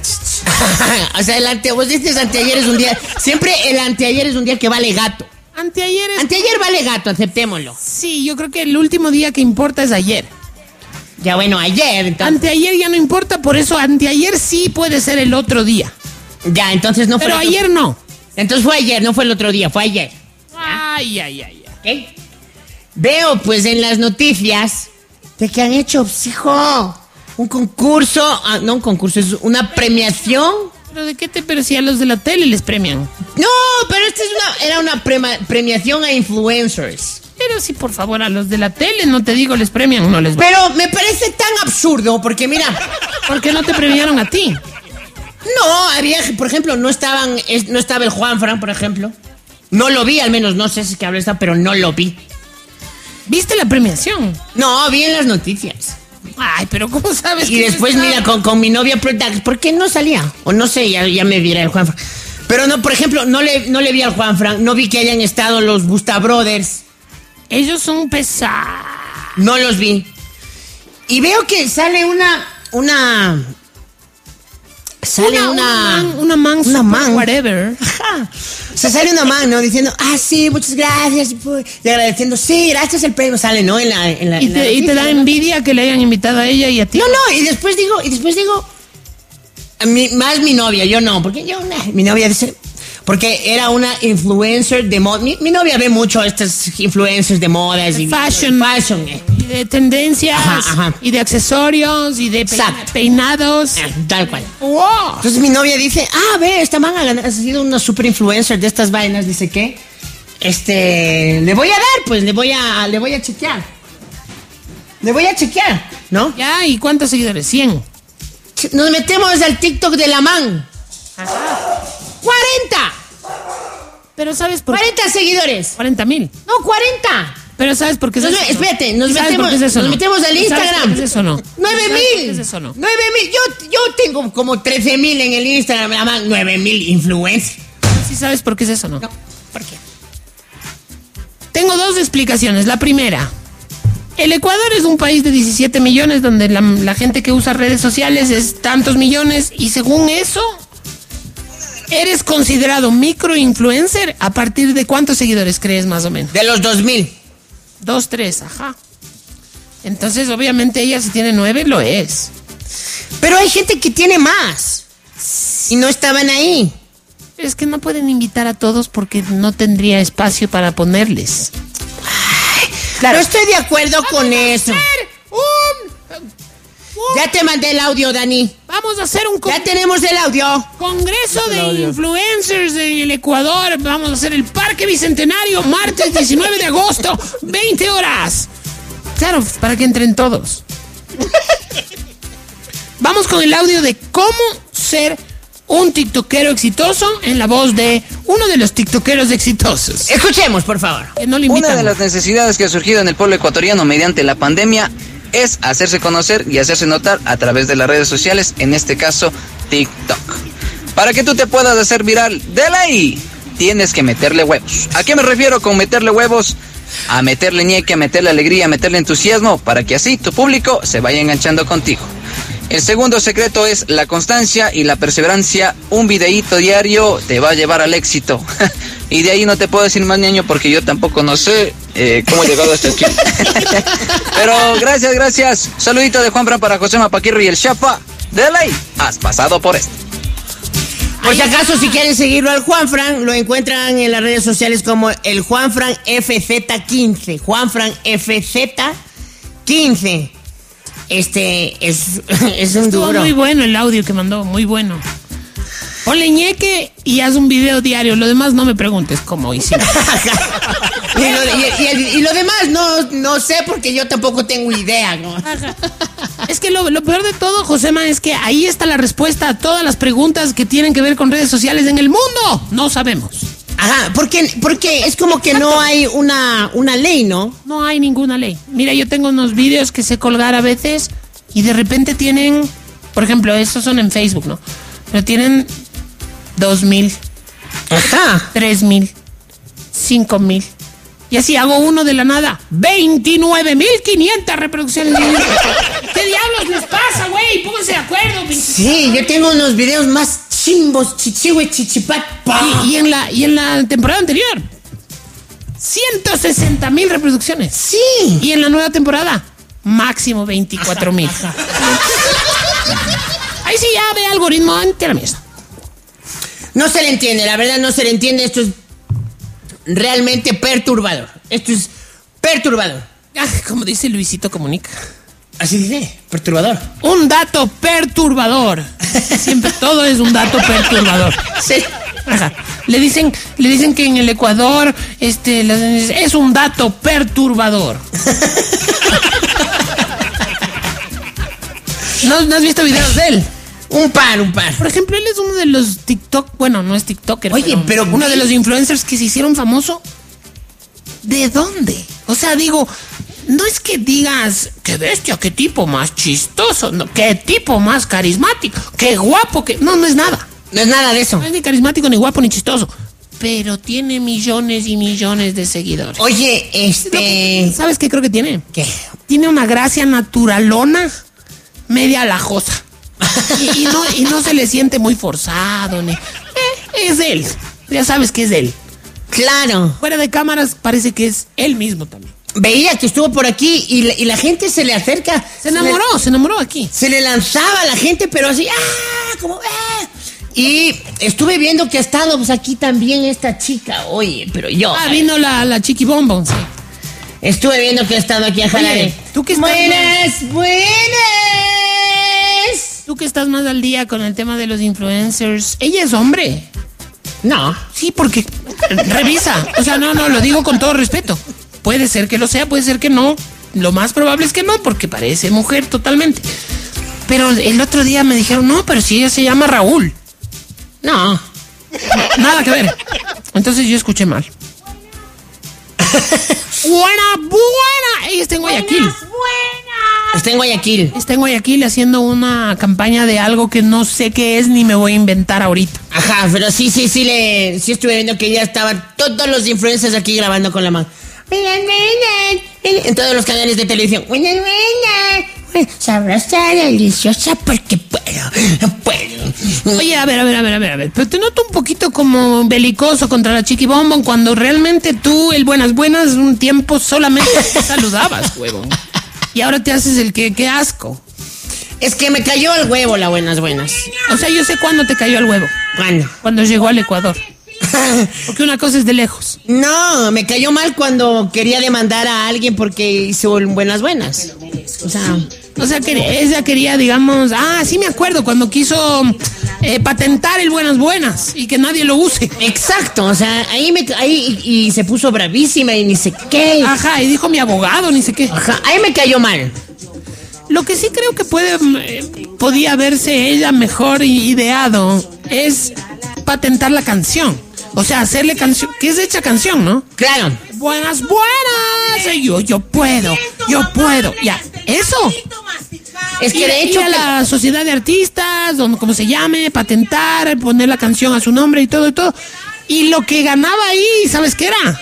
o sea, el ante, vos dices anteayer es un día, siempre el anteayer es un día que vale gato. anteayer es... Anteayer vale gato, aceptémoslo. Sí, yo creo que el último día que importa es ayer. Ya bueno, ayer, entonces, Anteayer ya no importa, por eso anteayer sí puede ser el otro día. ya, entonces no fue Pero el otro- ayer no. Entonces fue ayer, no fue el otro día, fue ayer. Ay, ay, ay. ay. ¿ok? Veo pues en las noticias de que han hecho, pues, hijo, un concurso, ah, no un concurso, es una premiación. ¿Pero de qué te pero si a los de la tele les premian? No, pero esta es una, era una prema- premiación a influencers. Pero sí, por favor, a los de la tele no te digo les premian, no les va. Pero me parece tan absurdo porque mira, ¿Por qué no te premiaron a ti? no, había, por ejemplo, no estaban, es- no estaba el Juan Fran, por ejemplo. No lo vi, al menos no sé si es que hablé esta, pero no lo vi. ¿Viste la premiación? No, vi en las noticias. Ay, pero ¿cómo sabes Y que no después, está? mira, con, con mi novia, pero, da- ¿por qué no salía? O no sé, ya, ya me dirá el Juan Frank. Pero no, por ejemplo, no le, no le vi al Juan Frank, no vi que hayan estado los Busta Brothers, Ellos son pesados. no los vi. Y veo que sale una. Una. Sale una. man, una man, una super man. whatever. Ajá. O sea, sale una mano diciendo, ah, sí, muchas gracias. pues", Y agradeciendo, sí, gracias el premio. Sale, ¿no? En la. En la- Y en la te, y te da noticia, ¿no? envidia que le hayan invitado a ella y a ti. No, no, y después digo, y después digo, a mí- más mi novia, yo no, porque yo, nah, mi novia dice, porque era una influencer de moda. Mi, mi novia ve mucho a estas influencers de modas y Fashion. fashion, eh. Y de tendencias, Ajá, ajá. y de accesorios, y de pe- Exacto. peinados. Ah, tal cual. ¡Wow! Entonces mi novia dice, ah, ve, esta manga ha sido una super influencer de estas vainas, dice que, este, le voy a dar, pues le voy a, le voy a chequear. Le voy a chequear, ¿no? Ya, ¿y cuántos seguidores? 100. Nos metemos al TikTok de la man. 40, Pero ¿sabes por qué? 40 seguidores. 40 mil. No, 40. Pero ¿sabes por qué es Nos- eso? no? espérate, nos ¿Sabes metemos, por qué es eso, nos no? metemos al ¿Sabes Instagram. por qué es eso no? ¿Sabes por qué 9000. es eso no? 9000. Yo, yo tengo como 13000 en el Instagram, la man, 9000 influencers. ¿Sí sabes por qué es eso no? No, ¿por qué? Tengo dos explicaciones. La primera, el Ecuador es un país de 17 millones donde la, la gente que usa redes sociales es tantos millones y según eso, eres considerado microinfluencer a partir de cuántos seguidores crees más o menos. De los 2000. Dos, tres, ajá. Entonces, obviamente, ella si tiene nueve, lo es. Pero hay gente que tiene más. Y no estaban ahí. Pero es que no pueden invitar a todos porque no tendría espacio para ponerles. No estoy de acuerdo con eso. Uh. Ya te mandé el audio, Dani. Vamos a hacer un con- Ya tenemos el audio. congreso de influencers en el Ecuador. Vamos a hacer el Parque Bicentenario martes 19 de agosto, 20 horas. Claro, para que entren todos. Vamos con el audio de cómo ser un tiktokero exitoso en la voz de uno de los tiktokeros exitosos. Escuchemos, por favor. Que no le Una invitan. de las necesidades que ha surgido en el pueblo ecuatoriano mediante la pandemia es hacerse conocer y hacerse notar a través de las redes sociales, en este caso TikTok. Para que tú te puedas hacer viral de ley, tienes que meterle huevos. ¿A qué me refiero con meterle huevos? A meterle ñeque, a meterle alegría, a meterle entusiasmo, para que así tu público se vaya enganchando contigo. El segundo secreto es la constancia y la perseverancia. Un videíto diario te va a llevar al éxito. y de ahí no te puedo decir más, niño, porque yo tampoco no sé eh, cómo he llegado hasta aquí. Pero gracias, gracias. Saludito de Juan Fran para José Mapaquirro y el Chapa. De ley, has pasado por esto. Por si acaso, si quieren seguirlo al Juanfran, lo encuentran en las redes sociales como el Juanfran FZ15. Juanfran FZ15. Este es, es un Estuvo duro. muy bueno el audio que mandó, muy bueno. Ponle ñeque y haz un video diario. Lo demás no me preguntes cómo hicimos. y, lo, y- y el- y lo demás no, no sé porque yo tampoco tengo idea. ¿no? Es que lo, lo peor de todo, Josema, es que ahí está la respuesta a todas las preguntas que tienen que ver con redes sociales en el mundo. No sabemos. Ajá, porque, porque es como que no hay una, una ley, ¿no? No hay ninguna ley. Mira, yo tengo unos vídeos que sé colgar a veces y de repente tienen, por ejemplo, estos son en Facebook, ¿no? Pero tienen dos mil, Ajá. tres mil, cinco mil. Y así hago uno de la nada. 29.500 reproducciones. ¿Qué diablos les pasa, güey? Pónganse de acuerdo. Sí, yo tengo unos videos más chimbos, chichihue, chichipat. Y, y en la, y en la temporada anterior, 160 mil reproducciones. Sí. Y en la nueva temporada, máximo 24 mil. Ahí sí ya ve algoritmo ante la mierda. No se le entiende, la verdad no se le entiende. Esto es realmente perturbador. Esto es perturbador. Ah, como dice Luisito Comunica. Así dice, perturbador. Un dato perturbador. Siempre todo es un dato perturbador. Sí. Ajá. Le dicen, le dicen que en el Ecuador este, las- es un dato perturbador. ¿No, no has visto videos de él? Un par, un par. Por ejemplo, él es uno de los TikTok, bueno, no es TikToker. Oye, pero- uno de los influencers que se hicieron famoso. ¿De dónde? O sea, digo, no es que digas, qué bestia, qué tipo más chistoso, no, qué tipo más carismático, qué guapo, que no, no es nada. No es nada de eso. No es ni carismático, ni guapo, ni chistoso. Pero tiene millones y millones de seguidores. Oye, este. ¿Sabes qué creo que tiene? ¿Qué? Tiene una gracia naturalona, media alajosa. Y, y no, y no se le siente muy forzado. Ni... Eh, es él. Ya sabes que es él. Claro. Fuera de cámaras parece que es él mismo también. Veía que estuvo por aquí y la, y la gente se le acerca. Se enamoró, se enamoró aquí. Se le, se le lanzaba a la gente, pero así. ¡Ah! Como. ¡Ah! Y estuve viendo que ha estado pues, aquí también esta chica, oye, pero yo. Ah, vino la, la Chiqui Bombón, sí. Estuve viendo que ha estado aquí a Jalare. ¿tú qué estás Buenas, buenas. Tú que estás más al día con el tema de los influencers. Ella es hombre. No. Sí, porque revisa. O sea, no, no, lo digo con todo respeto. Puede ser que lo sea, puede ser que no. Lo más probable es que no, porque parece mujer totalmente. Pero el otro día me dijeron, no, pero si ella se llama Raúl. No. Nada que ver. Entonces yo escuché mal. buena, buena. Ella está en Guayaquil. Está en Guayaquil. Está en Guayaquil haciendo una campaña de algo que no sé qué es ni me voy a inventar ahorita. Ajá, pero sí, sí, sí, le, sí estuve viendo que ya estaban todos los influencers aquí grabando con la mano. Buenas, buenas. buenas. En todos los canales de televisión. Buenas, buenas. Sabrosa, deliciosa, porque puedo. Puedo. Oye, a ver, a ver, a ver, a ver, a ver. Pero te noto un poquito como belicoso contra la Chiqui Bombón cuando realmente tú, el buenas buenas, un tiempo solamente te saludabas, huevón. Y ahora te haces el que, qué asco. Es que me cayó al huevo la buenas, buenas. O sea, yo sé cuándo te cayó al huevo. ¿Cuándo? Cuando llegó al Ecuador. Porque una cosa es de lejos. No, me cayó mal cuando quería demandar a alguien porque hizo un buenas, buenas. O sea, O sea, que ella quería, digamos, ah, sí me acuerdo, cuando quiso eh, patentar el buenas buenas y que nadie lo use. exacto. O sea, ahí me. Ahí, y, y se puso bravísima y ni sé qué. Ajá, y dijo mi abogado, ni sé qué. Ajá, ahí me cayó mal. Lo que sí creo que puede, mm, eh, podía verse ella mejor i- ideado es patentar la canción. O sea, hacerle canción, que es hecha canción, ¿no? Claro. Buenas, buenas. eh, Yo, yo puedo, yo puedo. Ya, eso. Es que de Ir- hecho. ir a la sociedad de artistas, o como se llame, patentar, poner la canción a su nombre y todo y todo. Y lo que ganaba ahí, ¿sabes qué era?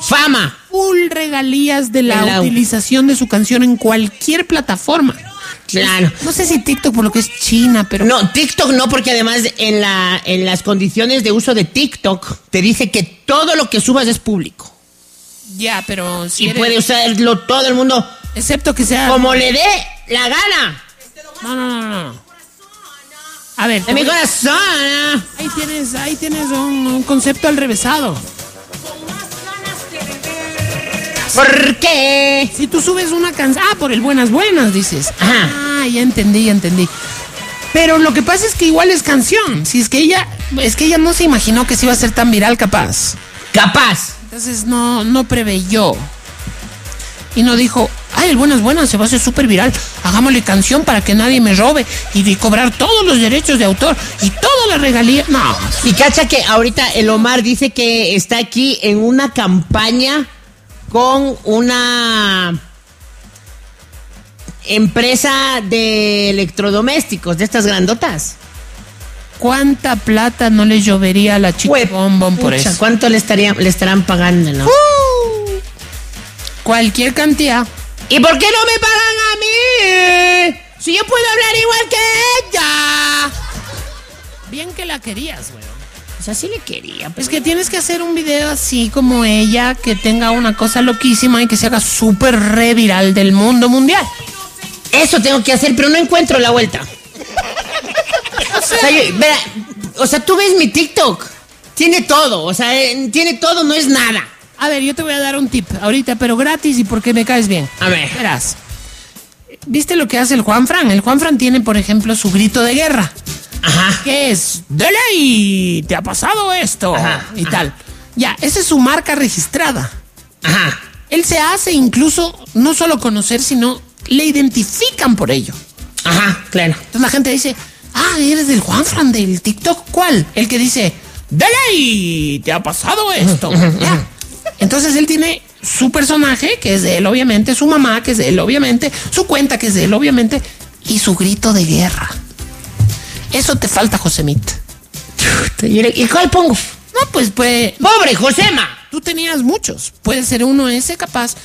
Fama. Full regalías de De la la- utilización de su canción en cualquier plataforma. Claro. No sé si TikTok por lo que es China, pero No, TikTok no, porque además en, la, en las condiciones de uso de TikTok te dice que todo lo que subas es público. ya, pero si Y eres- puede usarlo todo el mundo excepto que sea como le dé la gana. No, no, no, no, no. A ver, De mi corazón. ah. ahí tienes, ahí tienes un, un concepto al revésado. ¿Por qué? Si tú subes una canción. Ah, por el buenas buenas, dices. Ajá. Ah, ya entendí, ya entendí. Pero lo que pasa es que igual es canción. Si es que ella. Es que ella no se imaginó que se iba a ser tan viral capaz. Capaz. Entonces no, no preveyó. Y no dijo. Ay, el buenas buenas se va a hacer súper viral. Hagámosle canción para que nadie me robe. Y de cobrar todos los derechos de autor y toda la regalía. No. Y cacha que ahorita el Omar dice que está aquí en una campaña con una empresa de electrodomésticos, de estas grandotas. ¿Cuánta plata no le llovería a la chica Hue- bombón por pucha, eso? Uh. ¿Cuánto le, estaría, le estarán pagando? no? Cualquier cantidad. ¿Y por qué no me pagan a mí? Si yo puedo hablar igual que ella. Ah, Bien que la querías, güey. O sea, sí le quería. Es que tienes que hacer un video así como ella, que tenga una cosa loquísima y que se haga súper re viral del mundo mundial. Eso tengo que hacer, pero no encuentro la vuelta. o, sea, yo- verá, o sea, tú ves mi TikTok. Tiene todo, o sea, eh, tiene todo, no es nada. A ver, yo te voy a dar un tip ahorita, pero gratis y porque me caes bien. A ver. Verás. ¿Viste lo que hace el Juan Fran? El Juan Fran tiene, por ejemplo, su grito de guerra. Ajá. que es de ley, te ha pasado esto Ajá, y tal. Ya, esa es su marca registrada. Ajá. Él se hace incluso no solo conocer, sino le identifican por ello. Ajá, claro. Entonces la gente dice, ah, eres del Juanfran del TikTok, ¿cuál? El que dice, de ley, te ha pasado esto. Ya. Entonces él tiene su personaje, que es de él, obviamente, su mamá, que es de él, obviamente, su cuenta, que es de él, obviamente, y su grito de guerra. Eso te falta, Josemita. ¿Y cuál pongo? No, pues, pues, ¡Pobre Josema! tú tenías muchos. Puede ser uno ese capaz,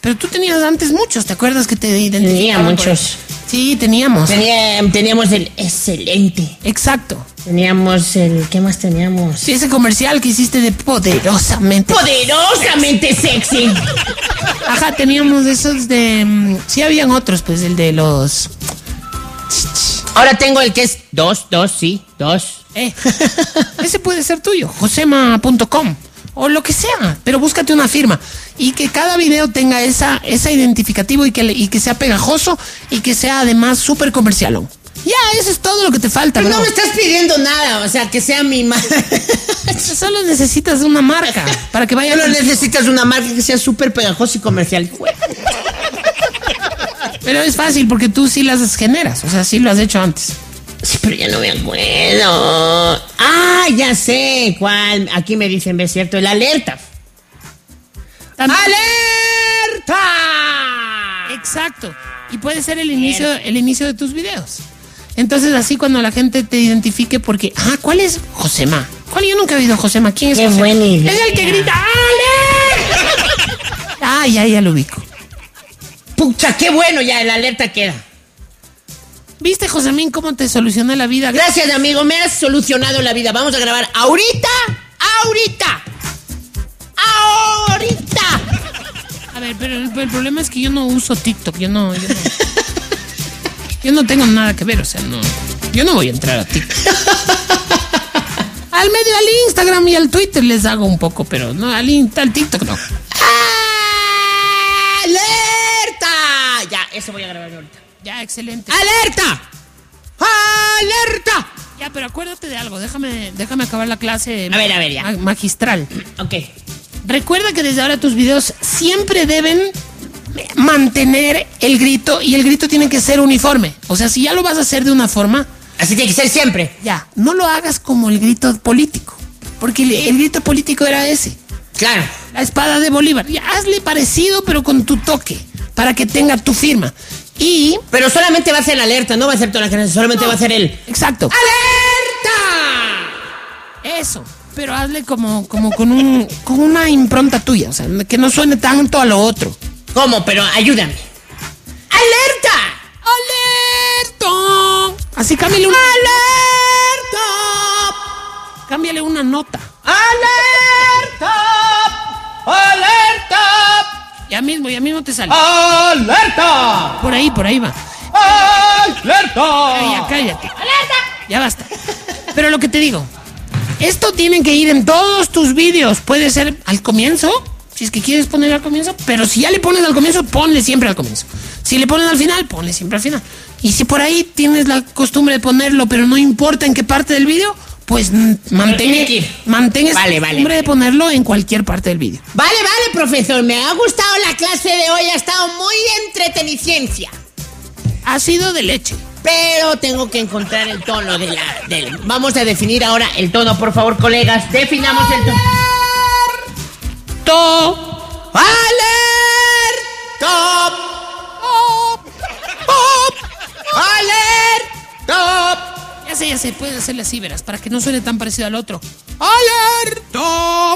pero tú tenías antes muchos. ¿Te acuerdas que te identificaban por muchos. eso? Sí, teníamos. Tenía- teníamos el excelente. Exacto. Teníamos el. ¿Qué más teníamos? Sí, ese comercial que hiciste de poderosamente. Poderosamente sexy. Ajá, teníamos esos de. mm, Sí, habían otros, pues el de los. Ahora tengo el que es dos, dos, sí, dos. Eh, ese puede ser tuyo, josema.com o lo que sea, pero búscate una firma y que cada video tenga esa, esa identificativo y que, le- y que sea pegajoso y que sea además súper comercial. Ya, eso es todo lo que te falta. Pero no bro. me estás pidiendo nada, o sea, que sea mi marca. Solo necesitas una marca para que vaya. Solo necesitas una marca que sea súper pegajosa y comercial. Pero es fácil porque tú sí las generas, o sea, sí lo has hecho antes. Sí, pero ya no me acuerdo. Ah, ya sé cuál. Aquí me dicen, ¿ves cierto? El alerta. También- Ah, ¡Alerta! Exacto. Y puede ser el inicio, el inicio de tus videos. Entonces, así cuando la gente te identifique, porque, ah, ¿cuál es Josema? ¿Cuál? Yo nunca he oído Josema. ¿Quién es Qué Josema? buena idea. Es el que grita, ¡Ale! ah, ya, ya lo ubico. Pucha, qué bueno ya, el alerta queda. ¿Viste, Josemín, cómo te solucioné la vida? Gracias, amigo, me has solucionado la vida. Vamos a grabar ahorita, ahorita, ahorita. A ver, pero el, el problema es que yo no uso TikTok, yo no, yo no. Yo no tengo nada que ver, o sea, no. Yo no voy a entrar a TikTok. Al medio, al Instagram y al Twitter les hago un poco, pero no, al, in- al TikTok no. ¡Alerta! Ya, eso voy a grabar ahorita. Ya, excelente. Ah, ¡Alerta! ¡Alerta! Ya, pero acuérdate de algo, déjame, déjame acabar la clase A ver, a ver, ya. ma- magistral. Ok. Recuerda que desde ahora tus videos siempre deben mantener el grito y el grito tiene que ser uniforme. O sea, si ya lo vas a hacer de una forma, Así tiene que ser siempre. ya, no lo hagas como el grito político, porque el, el grito político era ese, Claro. la espada de Bolívar. Ya, hazle parecido pero con tu toque, para que tenga tu firma. Y... Pero solamente va a ser alerta, no va a ser toda la canción, solamente va a ser el Exacto. ¡Alerta! Eso, pero hazle como, como con, un, con una impronta tuya, o sea, que no suene tanto a lo otro. ¿Cómo? Pero ayúdame. ¡Alerta! ¡Alerto! Así cámbiale una, ¡Alerta! cámbiale una nota. ¡Alerta! ¡Alerta! Ya mismo, ya mismo te sale. ¡Alerta! Por ahí, por ahí va. Ay, ya ¡Alerta! cállate. Ya basta. Pero lo que te digo, esto tiene que ir en todos tus vídeos. Puede ser al comienzo, si es que quieres poner al comienzo, pero si ya le pones al comienzo, ponle siempre al comienzo. Si le pones al final, ponle siempre al final. Y si por ahí tienes la costumbre de ponerlo, pero no importa en qué parte del vídeo, pues mm, tiene mantén, que ir. mantén esa Vale, vale, costumbre de ponerlo en cualquier parte del vídeo. Vale, vale, profesor, me ha gustado la clase de hoy, ha estado muy entreteniciencia. Ha sido de leche. Pero tengo que encontrar el tono de la. del- Vamos a definir ahora el tono, por favor, colegas. Definamos el tono. To. ¡Alerta! ¡Alerta! Ya sé, ya sé, puedes hacerle así, verás, para que no suene tan parecido al otro. ¡Alerto!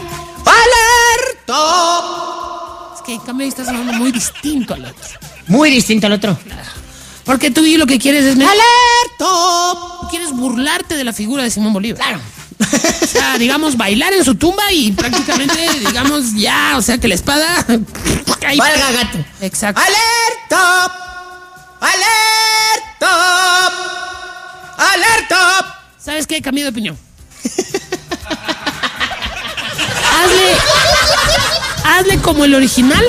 ¡Alerta! Es que en cambio ahí estás hablando muy distinto al otro. Muy distinto al otro. Porque tú y lo que quieres es... ¡Alerta! Quieres burlarte de la figura de Simón Bolívar. Claro. O sea, digamos, bailar en su tumba y prácticamente, digamos, ya, o sea, que la espada... ahí- Valga gato. Exacto. ¡Alerta! ¡Alerta! ¡Alerta! ¿Sabes qué? Cambié de opinión. hazle, hazle como el original.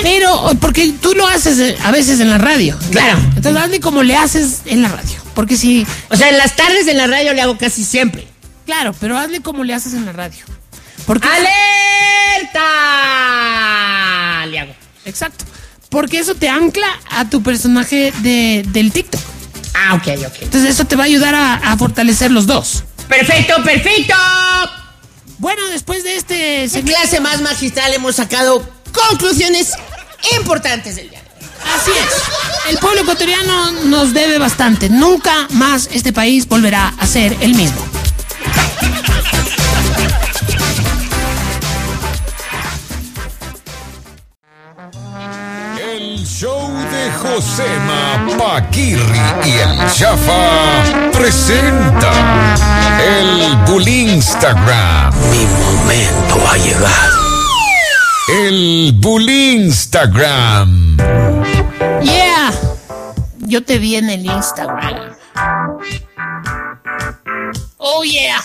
Pero, porque tú lo haces eh, a veces en la radio. Claro. Entonces hazle como le haces en la radio. Porque si, O sea, en las tardes en la radio le hago casi siempre. claro, pero hazle como le haces en la radio. Porque, ¡Alerta! Le hago. Exacto. Porque eso te ancla a tu personaje de- del TikTok. Ah, ok, ok. Entonces eso te va a ayudar a, a fortalecer los dos. ¡Perfecto, perfecto! Bueno, después de este... En segmento- clase más magistral hemos sacado conclusiones importantes del día. de hoy. Así es. El pueblo ecuatoriano nos debe bastante. Nunca más este país volverá a ser el mismo. El show de Josema Paquirri y el Chafa presenta el Bully Instagram. Mi momento ha llegado. El Bully Instagram. Yeah. Yo te vi en el Instagram. Oh yeah.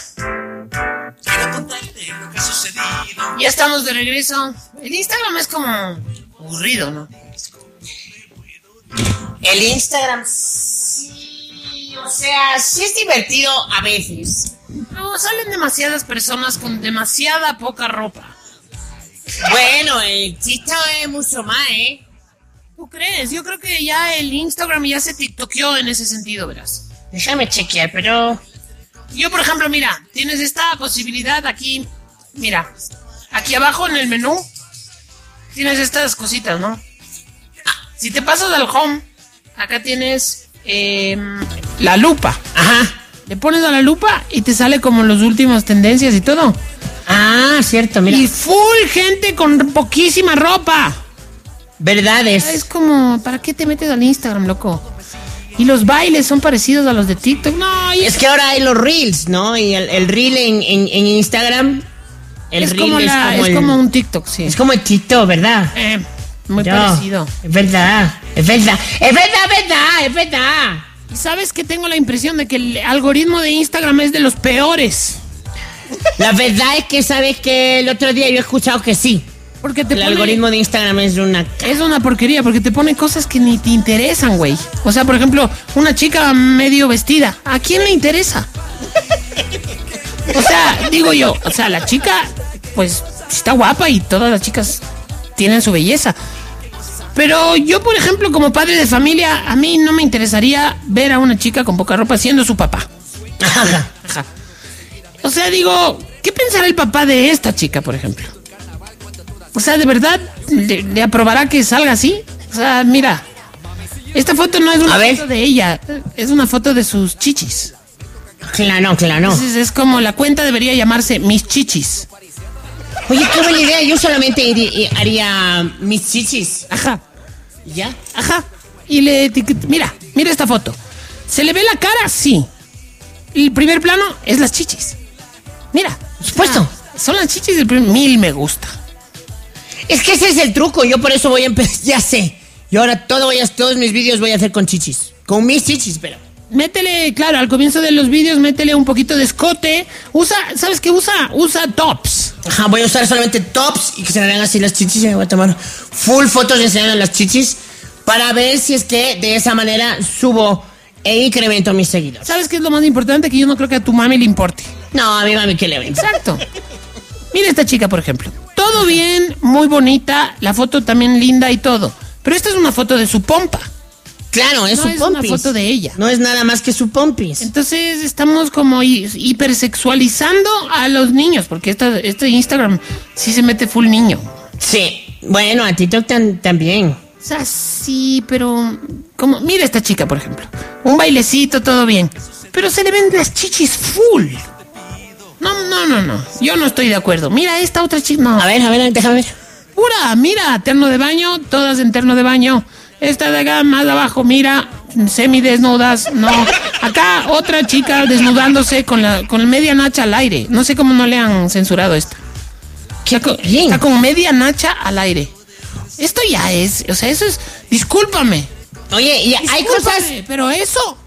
Quiero contarte lo que ha sucedido. Ya estamos de regreso. El Instagram es como aburrido, ¿no? El Instagram, sí, o sea, sí es divertido a veces. No, salen demasiadas personas con demasiada poca ropa. Bueno, el TikTok es mucho más, ¿eh? ¿Tú crees? Yo creo que ya el Instagram ya se tiktokeó en ese sentido, verás. Déjame chequear, pero... Yo, por ejemplo, mira, tienes esta posibilidad aquí. Mira, aquí abajo en el menú tienes estas cositas, ¿no? Ah, Si te pasas al home, acá tienes em, la lupa. Ajá. Le pones a la lupa y te sale como los últimos tendencias y todo. Ah, cierto, mira. Y full gente con poquísima ropa. Es Verdades. como, ¿para qué te metes al Instagram, loco? Y los bailes son parecidos a los de TikTok. No, y Es que ahora hay los reels, ¿no? Y el, el reel en, en- en Instagram. El es reel como, es, la- como es el, como un TikTok, sí. es como el TikTok, ¿verdad? Eh, muy Yo. parecido. Es verdad, es verdad, es verdad, es verdad, es verdad. Y sabes que tengo la impresión de que el algoritmo de Instagram es de los peores. La verdad es que sabes que el otro día yo he escuchado que sí. Porque te El pone- algoritmo de Instagram es una... Es una porquería, porque te pone cosas que ni te interesan, güey. O sea, por ejemplo, una chica medio vestida. ¿A quién le interesa? O sea, digo yo, o sea, la chica, pues, está guapa y todas las chicas tienen su belleza. Pero yo, por ejemplo, como padre de familia, a mí no me interesaría ver a una chica con poca ropa siendo su papá. Ajá. Ajá. O sea, digo, ¿qué pensará el papá de esta chica, por ejemplo? O sea, ¿de verdad le, le aprobará que salga así? O sea, mira, esta foto no es una A ver. foto de ella, es una foto de sus chichis. Claro, claro. Entonces es como la cuenta debería llamarse Mis Chichis. Oye, qué buena idea. Yo solamente iri- haría mis chichis. Ajá, ¿Y ¿Ya? ajá. Y le etiquet- mira, mira esta foto. ¿Se le ve la cara? Sí. El primer plano es las chichis. Mira. Por supuesto. Son las chichis del primer... Mil me gusta. Es que ese es el truco. Yo por eso voy a empezar... Ya sé. Y ahora todo voy a- todos mis vídeos voy a hacer con chichis. Con mis chichis, pero... Métele, claro, al comienzo de los vídeos, métele un poquito de escote. Usa, ¿sabes qué usa? Usa tops. Ajá, voy a usar solamente tops y que se me vean así las chichis. y me voy a tomar full fotos enseñando las chichis para ver si es que de esa manera subo e incremento mis seguidores. ¿Sabes qué es lo más importante? Que yo no creo que a tu mami le importe. No, a mí mami que le ven. Exacto. Mira esta chica, por ejemplo. Todo bien, muy bonita, la foto también linda y todo. Pero esta es una foto de su pompa. Claro, es No su es una pompis. foto de ella. No es nada más que su pompis. Entonces estamos como hi- hipersexualizando a los niños, porque esta, este Instagram sí se mete full niño. Sí. Bueno, a TikTok tan- también. O sea, sí, pero como mira esta chica, por ejemplo, un bailecito, todo bien, pero se le ven las chichis full. No, no, no, no. Yo no estoy de acuerdo. Mira esta otra chica, no. A ver, a ver, déjame ver. Pura, mira, terno de baño, todas en terno de baño. Esta de acá más abajo, mira, semidesnudas, no. Acá otra chica desnudándose con la con media nacha al aire. No sé cómo no le han censurado esta. ¿Qué Está con media nacha al aire. Esto ya es, o sea, eso es, discúlpame, Oye, y hay Discúlpame, cosas. Pero eso.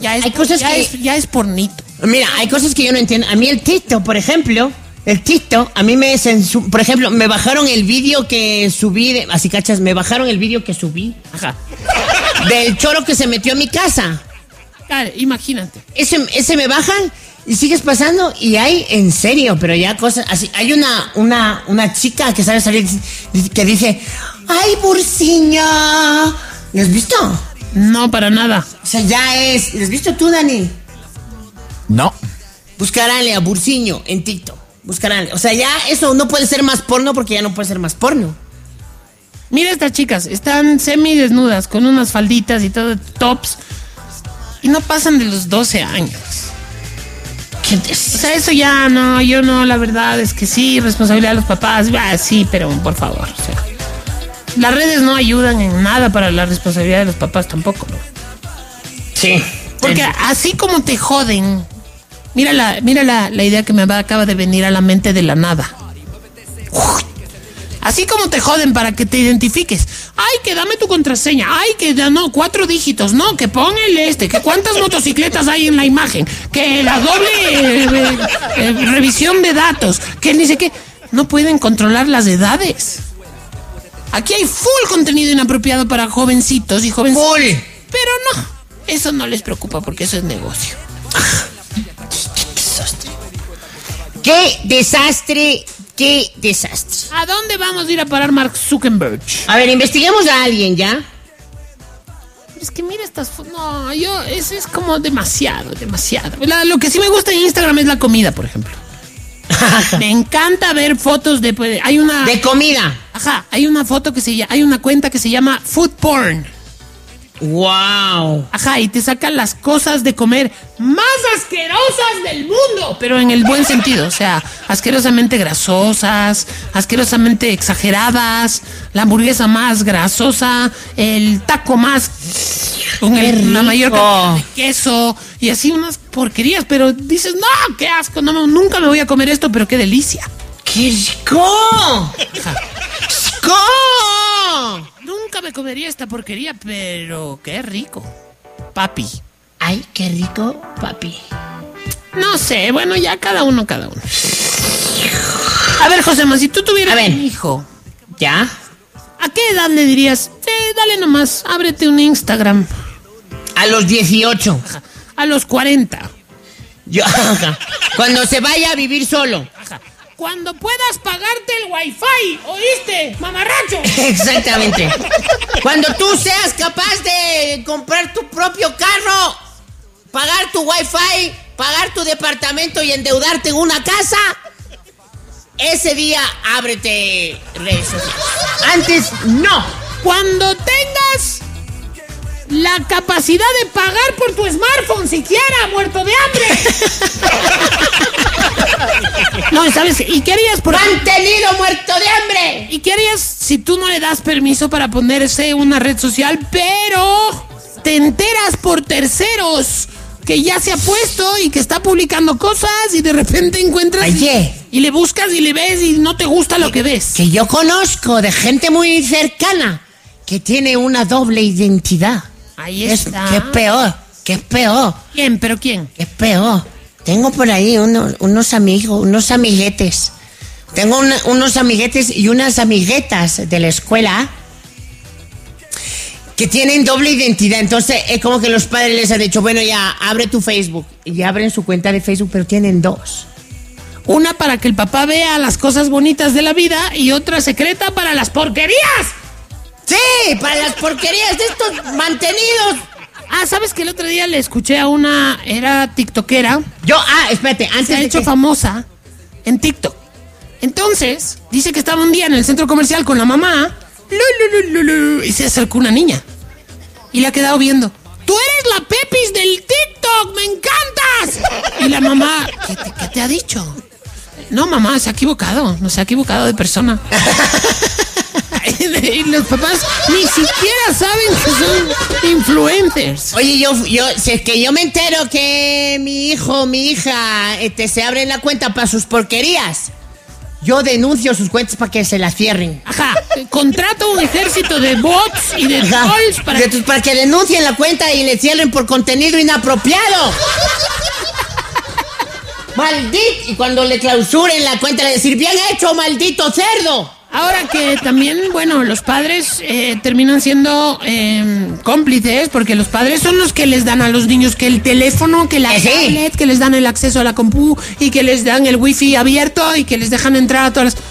Ya es, Hay cosas ya que- es- ya es pornito. Mira, hay cosas que yo no entiendo. A mí el TikTok, por ejemplo, el TikTok, a mí me censu- Por ejemplo, me bajaron el vídeo que subí. de- así cachas, me bajaron el vídeo que subí Ajá. del choro que se metió a mi casa. Claro, imagínate. Ese, ese me bajan y sigues pasando y hay, en serio, pero ya cosas así. Hay una, una, una chica que sabe salir que dice, ¡ay, bursiña! ¿Lo has visto? O No, para nada. sea, ya es. ¿Lo has visto tú, Dani? No. Buscaránle a Burciño en TikTok. Buscaránle. O sea, ya eso no puede ser más porno porque ya no puede ser más porno. Mira estas chicas, están semi desnudas, con unas falditas y todo, tops. Y no pasan de los 12 años. ¿Qué O des- sea, eso ya no, yo no, la verdad es que sí, responsabilidad de los papás, bah, sí, pero por favor. o sea, las redes no ayudan en nada para la responsabilidad de los papás tampoco. ¿no? Sí. Porque así como te joden, mira la, mira la, la idea que me va- acaba de venir a la mente de la nada. Así como te joden para que te identifiques. Ay, que dame tu contraseña. Ay, que da- no, cuatro dígitos. No, que pon el este. Que cuántas motocicletas hay en la imagen. Que la doble eh, eh, eh, revisión de datos. Que ni sé qué. No pueden controlar las edades. Aquí hay full contenido inapropiado para jovencitos y jovencitas. Pero no, eso no les preocupa porque eso es negocio. ¡Qué desastre! ¡Qué desastre! ¿A dónde vamos a ir a parar Mark Zuckerberg? A ver, investiguemos a alguien ya. Es que mira estas fo- No, yo, eso es como demasiado, demasiado. La- lo que sí me gusta en Instagram es la comida, por ejemplo. me encanta ver fotos de. pues, hay una. De comida. Ajá, hay una foto que se llama. Hay una cuenta que se llama Food Porn. ¡Wow! Ajá, y te sacan las cosas de comer más asquerosas del mundo, pero en el buen sentido, o sea, asquerosamente grasosas, asquerosamente exageradas, la hamburguesa más grasosa, el taco más con el, la mayor cantidad de queso y así unas porquerías, pero dices, no, qué asco, no, nunca me voy a comer esto, pero qué delicia. ¡Qué rico! ¡Rico! Nunca me comería esta porquería, pero qué rico. Papi. ¡Ay, qué rico, papi! No sé, bueno, ya cada uno, cada uno. A ver, José, Ma, si tú tuvieras A ver. un hijo, ¿Ya? ¿a qué edad le dirías? Eh, dale nomás, ábrete un Instagram. A los 18. Ajá. A los 40. Yo- Cuando se vaya a vivir solo. Ajá. Cuando puedas pagarte el wifi, ¿oíste? Mamarracho. Exactamente. Cuando tú seas capaz de comprar tu propio carro, pagar tu wifi, pagar tu departamento y endeudarte en una casa, ese día ábrete redes sociales. Antes no. Cuando tengas la capacidad de pagar por tu smartphone, siquiera, muerto de hambre. no, ¿sabes? qué? ¿Y qué harías por Mantenido muerto de hambre. ¿Y qué harías si tú no le das permiso para ponerse una red social, pero te enteras por terceros que ya se ha puesto y que está publicando cosas y de repente encuentras y- Oye. y, le buscas y le ves y no te gusta lo que ves? Que yo conozco de gente muy cercana que tiene una doble identidad. Ahí Es, está. que es peor, que es peor. ¿Quién? ¿Pero quién? Es peor. Tengo por ahí unos, unos amigos, unos amiguetes. Tengo una- unos amiguetes y unas amiguetas de la escuela que tienen doble identidad. Entonces es como que los padres les han dicho, bueno, ya abre tu Facebook. Y abren su cuenta de Facebook, pero tienen dos. Una para que el papá vea las cosas bonitas de la vida y otra secreta para las porquerías. Sí, para las porquerías de estos mantenidos. Ah, ¿sabes que el otro día le escuché a una, era tiktokera, Yo, ah, espérate, antes se ha de hecho que- famosa en TikTok. Entonces, dice que estaba un día en el centro comercial con la mamá lu, lu, lu, lu, lu, y se acercó una niña. Y le ha quedado viendo. ¡Tú eres la Pepis del TikTok! ¡Me encantas! Y la mamá, ¿qué te, qué te ha dicho? No, mamá, se ha equivocado. No se ha equivocado de persona. y los papás ni siquiera saben que son influencers. Oye, yo, yo, si es que yo me entero que mi hijo, mi hija, este, se abren la cuenta para sus porquerías, yo denuncio sus cuentas para que se las cierren. Ajá, contrato un ejército de bots y de Ajá. trolls para De tus- para que denuncien la cuenta y le cierren por contenido inapropiado. ¡Maldito! Y cuando le clausuren la cuenta, le decir, bien hecho, maldito cerdo. Ahora que también, bueno, los padres eh, terminan siendo eh, cómplices porque los padres son los que les dan a los niños que el teléfono, que la Que Eh, sí. tablet, que les dan el acceso a la compu y que les dan el wifi abierto y que les dejan entrar a todas las...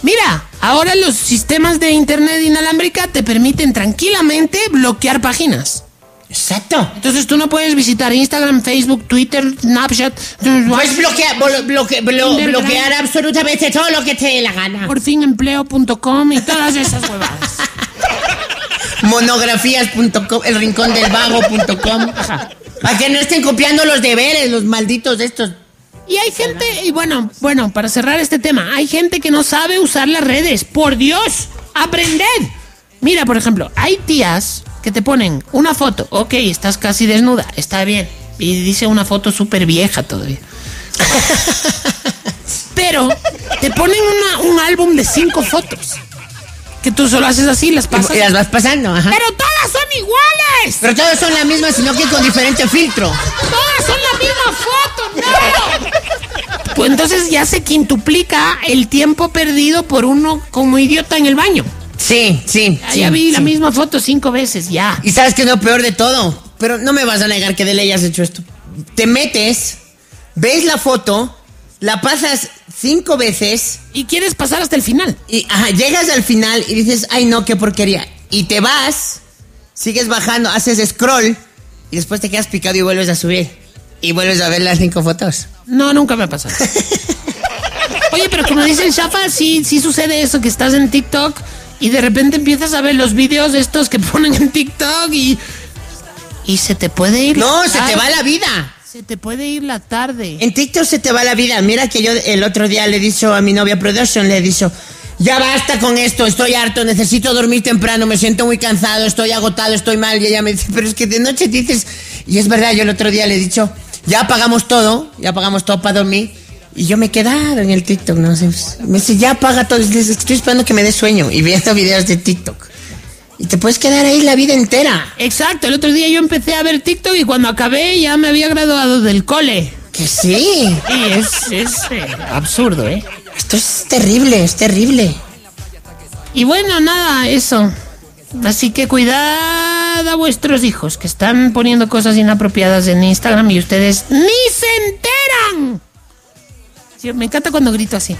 Mira, ahora los sistemas de internet inalámbrica te permiten tranquilamente bloquear páginas. Exacto. Entonces tú no puedes visitar Instagram, Facebook, Twitter, Snapchat. Puedes bloquear, blo- Pues bloque- blo- Tinder, bloquear Grindr. absolutamente todo lo que te dé la gana. por fin empleo.com y todas esas huevadas. monografías.com, el rincón del vago.com. Para que no estén copiando los deberes, los malditos de estos. Y hay gente, y bueno, bueno, para cerrar este tema, hay gente que no sabe usar las redes. Por Dios, aprended. Mira, por ejemplo, hay tías que te ponen una foto, ok, estás casi desnuda, está bien. Y dice una foto súper vieja todavía. Pero te ponen una- un álbum de cinco fotos. Que tú solo haces así, las pasas. Y las vas pasando, ajá. Pero todas son iguales. Pero todas son las mismas, sino que con diferente filtro. Todas son la misma foto, no. Pues entonces ya se quintuplica el tiempo perdido por uno como idiota en el baño. Sí, sí. Ya, sí, ya vi la sí. misma foto cinco veces, ya. Y sabes que es lo peor de todo. Pero no me vas a negar que de ley has hecho esto. Te metes, ves la foto, la pasas cinco veces Y quieres pasar hasta el final. y ajá, llegas al final y dices, ay no, qué porquería. Y te vas, sigues bajando, haces scroll y después te quedas picado y vuelves a subir. Y vuelves a ver las cinco fotos. No, nunca me ha pasado. Oye, pero como dice el Chafa, sí, sí sucede eso, que estás en TikTok y de repente empiezas a ver los videos estos que ponen en TikTok y... Y se te puede ir... No, la se te tarde. va la vida. Se te puede ir la tarde. En TikTok se te va la vida. Mira que yo el otro día le he dicho a mi novia Production, le he dicho, ya basta con esto, estoy harto, necesito dormir temprano, me siento muy cansado, estoy agotado, estoy mal. Y ella me dice, pero es que de noche dices, y es verdad, yo el otro día le he dicho, ya pagamos todo, ya pagamos todo para dormir. Y yo me he quedado en el TikTok, no sé. Me dice, ya paga todo. Y le dice, Estoy esperando que me dé sueño y viendo videos de TikTok. Y te puedes quedar ahí la vida entera. Exacto, el otro día yo empecé a ver TikTok y cuando acabé ya me había graduado del cole. Que sí. Y es, es eh, absurdo, ¿eh? Esto es terrible, es terrible. Y bueno, nada, eso. Así que cuidad a vuestros hijos que están poniendo cosas inapropiadas en Instagram y ustedes ni se enteran. Sí, me encanta cuando grito así.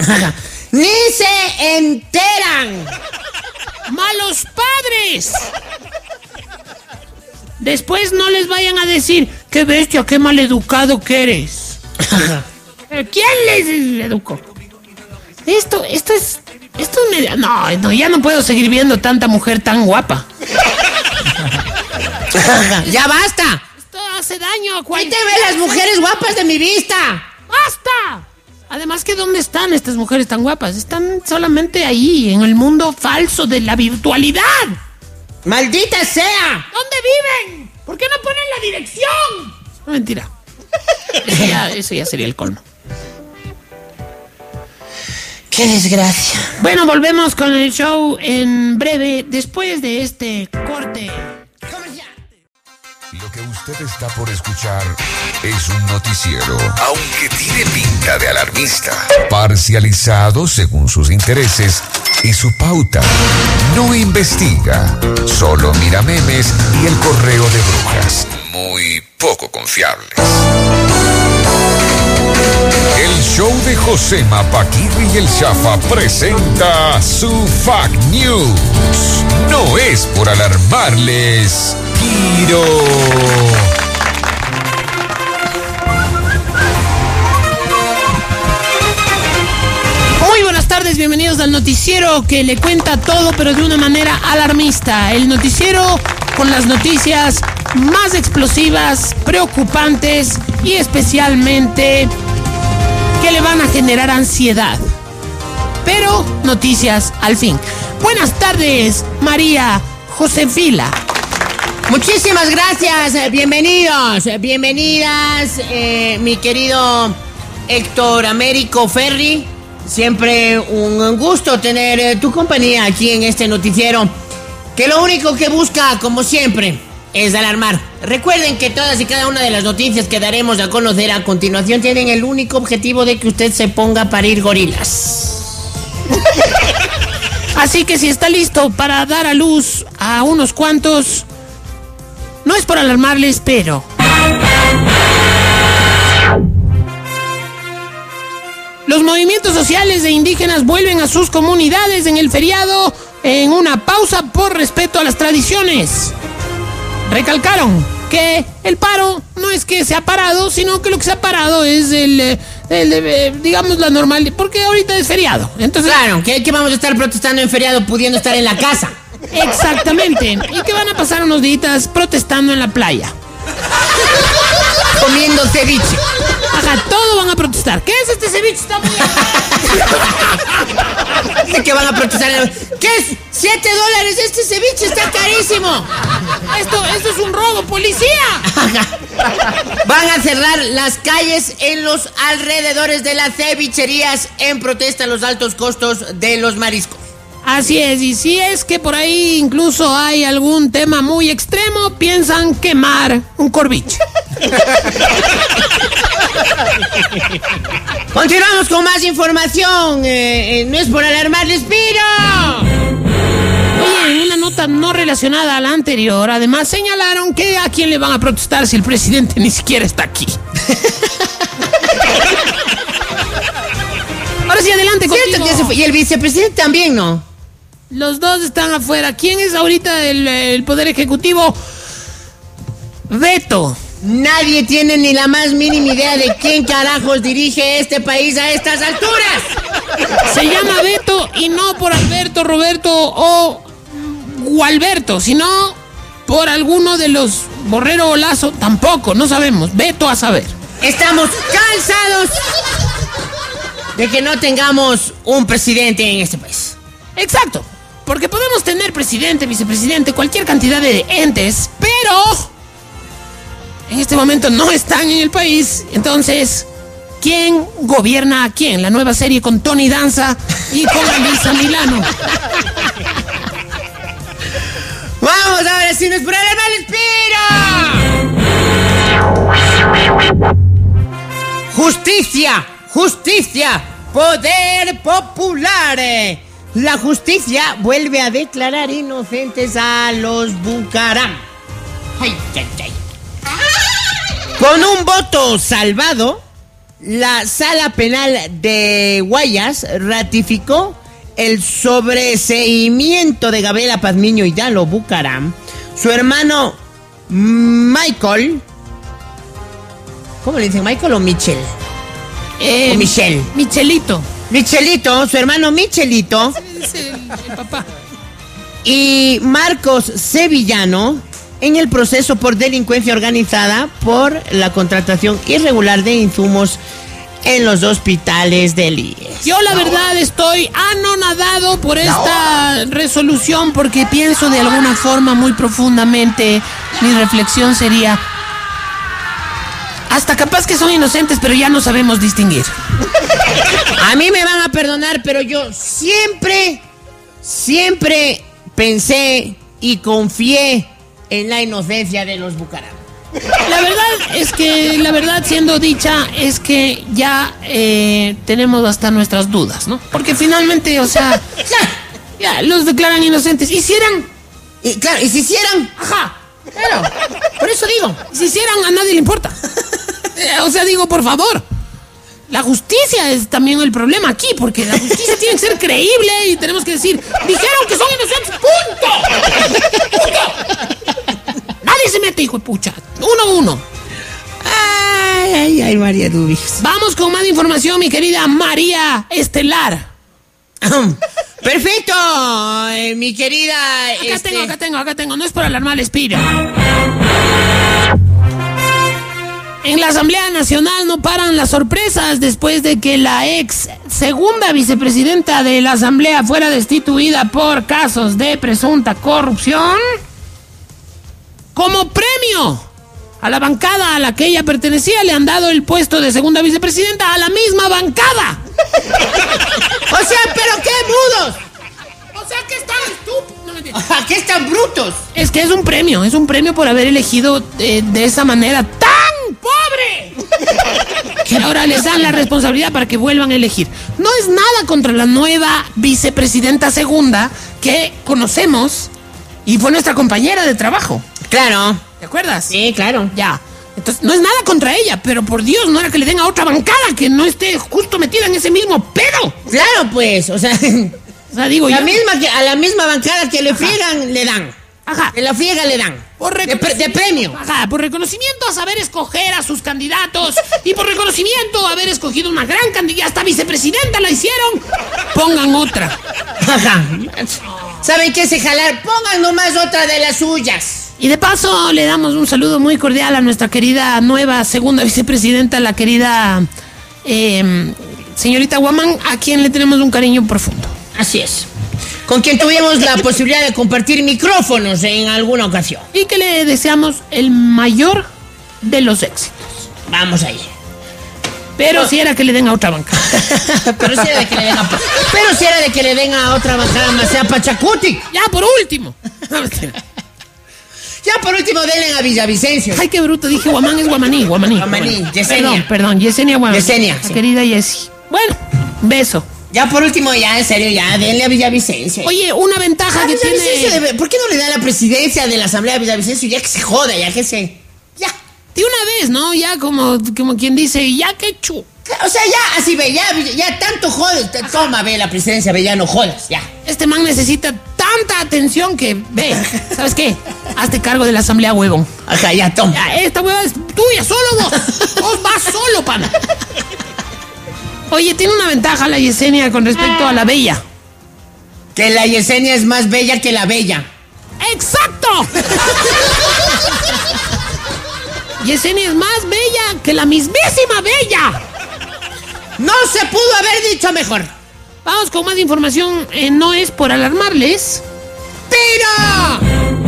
Mira, ¡Ni se enteran! ¡Malos padres! Después no les vayan a decir, qué bestia, qué maleducado que eres. ¿Pero ¿Quién les educó? Esto, esto es... Esto es medio- No, no, ya no puedo seguir viendo tanta mujer tan guapa. ¡Ya basta! Esto hace daño a ¡Ahí te cualquier... ven las mujeres guapas de mi vista! ¡Basta! Además que ¿dónde están estas mujeres tan guapas? Están solamente ahí, en el mundo falso de la virtualidad. ¡Maldita sea! ¿Dónde viven? ¿Por qué no ponen la dirección? No, mentira. Eso ya, eso ya sería el colmo. ¡Qué desgracia! Bueno, volvemos con el show en breve, después de este corte. Lo que usted está por escuchar es un noticiero, aunque tiene pinta de alarmista, parcializado según sus intereses y su pauta. No investiga, solo mira memes y el correo de brujas, muy poco confiables. El show de Josema Paquirri y el Chafa presenta su Fact News. No es por alarmarles, tiro. Muy buenas tardes, bienvenidos al noticiero que le cuenta todo, pero de una manera alarmista. El noticiero con las noticias más explosivas, preocupantes y especialmente que le van a generar ansiedad. Pero noticias al fin. Buenas tardes, María Josefila. Muchísimas gracias, eh, bienvenidos, eh, bienvenidas, eh, mi querido Héctor Américo Ferri. Siempre un gusto tener eh, tu compañía aquí en este noticiero, que lo único que busca, como siempre, es alarmar. Recuerden que todas y cada una de las noticias que daremos a conocer a continuación tienen el único objetivo de que usted se ponga a parir gorilas. Así que si está listo para dar a luz a unos cuantos, no es por alarmarles, pero... Los movimientos sociales de indígenas vuelven a sus comunidades en el feriado en una pausa por respeto a las tradiciones. Recalcaron que el paro no es que se ha parado, sino que lo que se ha parado es el, eh, el, eh, digamos, la normalidad, porque ahorita es feriado. Entonces, Claro, que, que vamos a estar protestando en feriado pudiendo estar en la casa. Exactamente. Y que van a pasar unos días protestando en la playa. Comiendo ceviche. Ajá, todo van a protestar. ¿Qué es este ceviche? Está muy- Dice que van a protestar. en la- ¿Qué es? ¡Siete dólares! ¡Este ceviche está carísimo! Esto, esto es un robo, policía. Van a cerrar las calles en los alrededores de las cevicherías en protesta a los altos costos de los mariscos. Así es, y si es que por ahí incluso hay algún tema muy extremo, piensan quemar un corviche. Continuamos con más información. eh, eh, no es por alarmarles, pero... Oye, en una nota no relacionada a la anterior, además señalaron que a quién le van a protestar si el presidente ni siquiera está aquí. Ahora sí, adelante, Cierto contigo. que se fue- Y el vicepresidente también, ¿no? Los dos están afuera. ¿Quién es ahorita el, el poder ejecutivo? Beto. Nadie tiene ni la más mínima idea de quién carajos dirige este país a estas alturas. Se llama Beto y no por Alberto, Roberto o mm, Gualberto, sino por alguno de los Borrero o Lazo. Tampoco, no sabemos. Beto a saber. Estamos cansados de que no tengamos un presidente en este país. Exacto. Porque podemos tener presidente, vicepresidente, cualquier cantidad de entes, pero en este momento no están en el país. Entonces, ¿quién gobierna a quién? La nueva serie con Tony Danza y con Alisa Milano. Vamos a ver si nos prueba el mal espíritu. Justicia, justicia, poder popular. eh. La justicia vuelve a declarar inocentes a los Bucaram. Ay, ay, ay. Con un voto salvado, la sala penal de Guayas ratificó el sobreseimiento de Gabriela Pazmiño Hidalgo Bucaram, su hermano Michael. ¿Cómo le dicen? ¿Michael o Michel? Eh, O Michelle. Michelito. Michelito, su hermano Michelito Es el- el papá. y Marcos Sevillano en el proceso por delincuencia organizada por la contratación irregular de insumos en los hospitales del E. IES. Yo la verdad estoy anonadado por esta resolución porque pienso de alguna forma muy profundamente, mi reflexión sería, hasta capaz que son inocentes, pero ya no sabemos distinguir. A mí me van a perdonar, pero yo siempre, siempre pensé y confié en la inocencia de los Bucaram. La verdad es que, la verdad siendo dicha, Ah, es que ya eh, tenemos hasta nuestras dudas, ¿no? Porque finalmente, o sea, ya, ya los declaran inocentes. Hicieran, Y claro, y si hicieran, ajá, claro, por eso digo. Si hicieran a nadie le importa. Eh, o sea, digo, por favor. La justicia es también el problema aquí, porque la justicia tiene que ser creíble y tenemos que decir, dijeron que son inocentes, punto. Punto. Nadie se mete, hijo de pucha. Uno a uno. Ay, ay, ay, María Dubis. Vamos con más información, mi querida María Estelar. Perfecto, eh, mi querida. Acá este, tengo, acá tengo, acá tengo. No es para alarmar al espíritu. En la Asamblea Nacional no paran las sorpresas después de que la ex segunda vicepresidenta de la Asamblea fuera destituida por casos de presunta corrupción. Como premio a la bancada a la que ella pertenecía le han dado el puesto de segunda vicepresidenta a la misma bancada. O sea, pero qué mudos. O sea que están estúpidos. No me entiendes. ¿Qué están brutos? Es que es un premio, es un premio por haber elegido eh, de esa manera tan pobre. Que ahora les dan la responsabilidad para que vuelvan a elegir. No es nada contra la nueva vicepresidenta segunda que conocemos y fue nuestra compañera de trabajo. Claro. ¿Te acuerdas? Sí, claro. Ya. Entonces, no es nada contra ella, pero por Dios, no era que le den a otra bancada que no esté justo metida en ese mismo pedo. Claro, pues. O sea, O sea, digo la yo- misma que- a la misma bancada que le friegan, le dan. Ajá. Que la friega le dan. Por de, pre- reconocimiento- de premio. Ajá, por reconocimiento a saber escoger a sus candidatos y por reconocimiento a haber escogido una gran candidata, hasta vicepresidenta la hicieron. Pongan otra. Ajá. ¿Saben qué se jalar? Pongan nomás otra de las suyas. Y de paso le damos un saludo muy cordial a nuestra querida nueva segunda vicepresidenta, la querida em, eh, señorita Guamán, a quien le tenemos un cariño profundo. Así es. con quien tuvimos la posibilidad de compartir micrófonos en alguna ocasión. Y que le deseamos el mayor de los éxitos. Vamos ahí. Pero si era que le den a otra banca. Pero si era de que le den a, pero si era de que le den a otra bancada más sea Pachacuti. Ya, por último. No, mentira. Ya por último denle a Villavicencio. Ay, qué bruto. Dije Guamán es Guamaní. Guamaní. Guamaní, Yesenia. Perdón, perdón. Yesenia Guamaní. Yesenia, La sí. Querida Yesi. Bueno, beso. Ya por último, ya en serio, ya denle a Villavicencio. Oye, una ventaja Ah, que Villavicencio, tiene... de- ¿por qué no le da la presidencia de la Asamblea de Villavicencio? Ya que se joda, ya que se. Ya. De una vez, ¿no? Ya como, como quien dice, ya que chu. O sea, ya, así ve, ya, Villa- ya tanto jodes. te- Toma, ve la presidencia, ve, ya no jodas, ya. Este man necesita tanta atención que... Ve, ¿sabes qué? Hazte cargo de la asamblea, huevón. Ajá, ya, toma. Ya, esta hueva es tuya, solo vos. Vos vas solo, pana. Oye, tiene una ventaja la Yesenia con respecto a la Bella. Que la Yesenia es más bella que la bella. ¡Exacto! Yesenia es más bella que la mismísima Bella. No se pudo haber dicho mejor. Vamos con más información. eh, no es por alarmarles. ¡Tiro!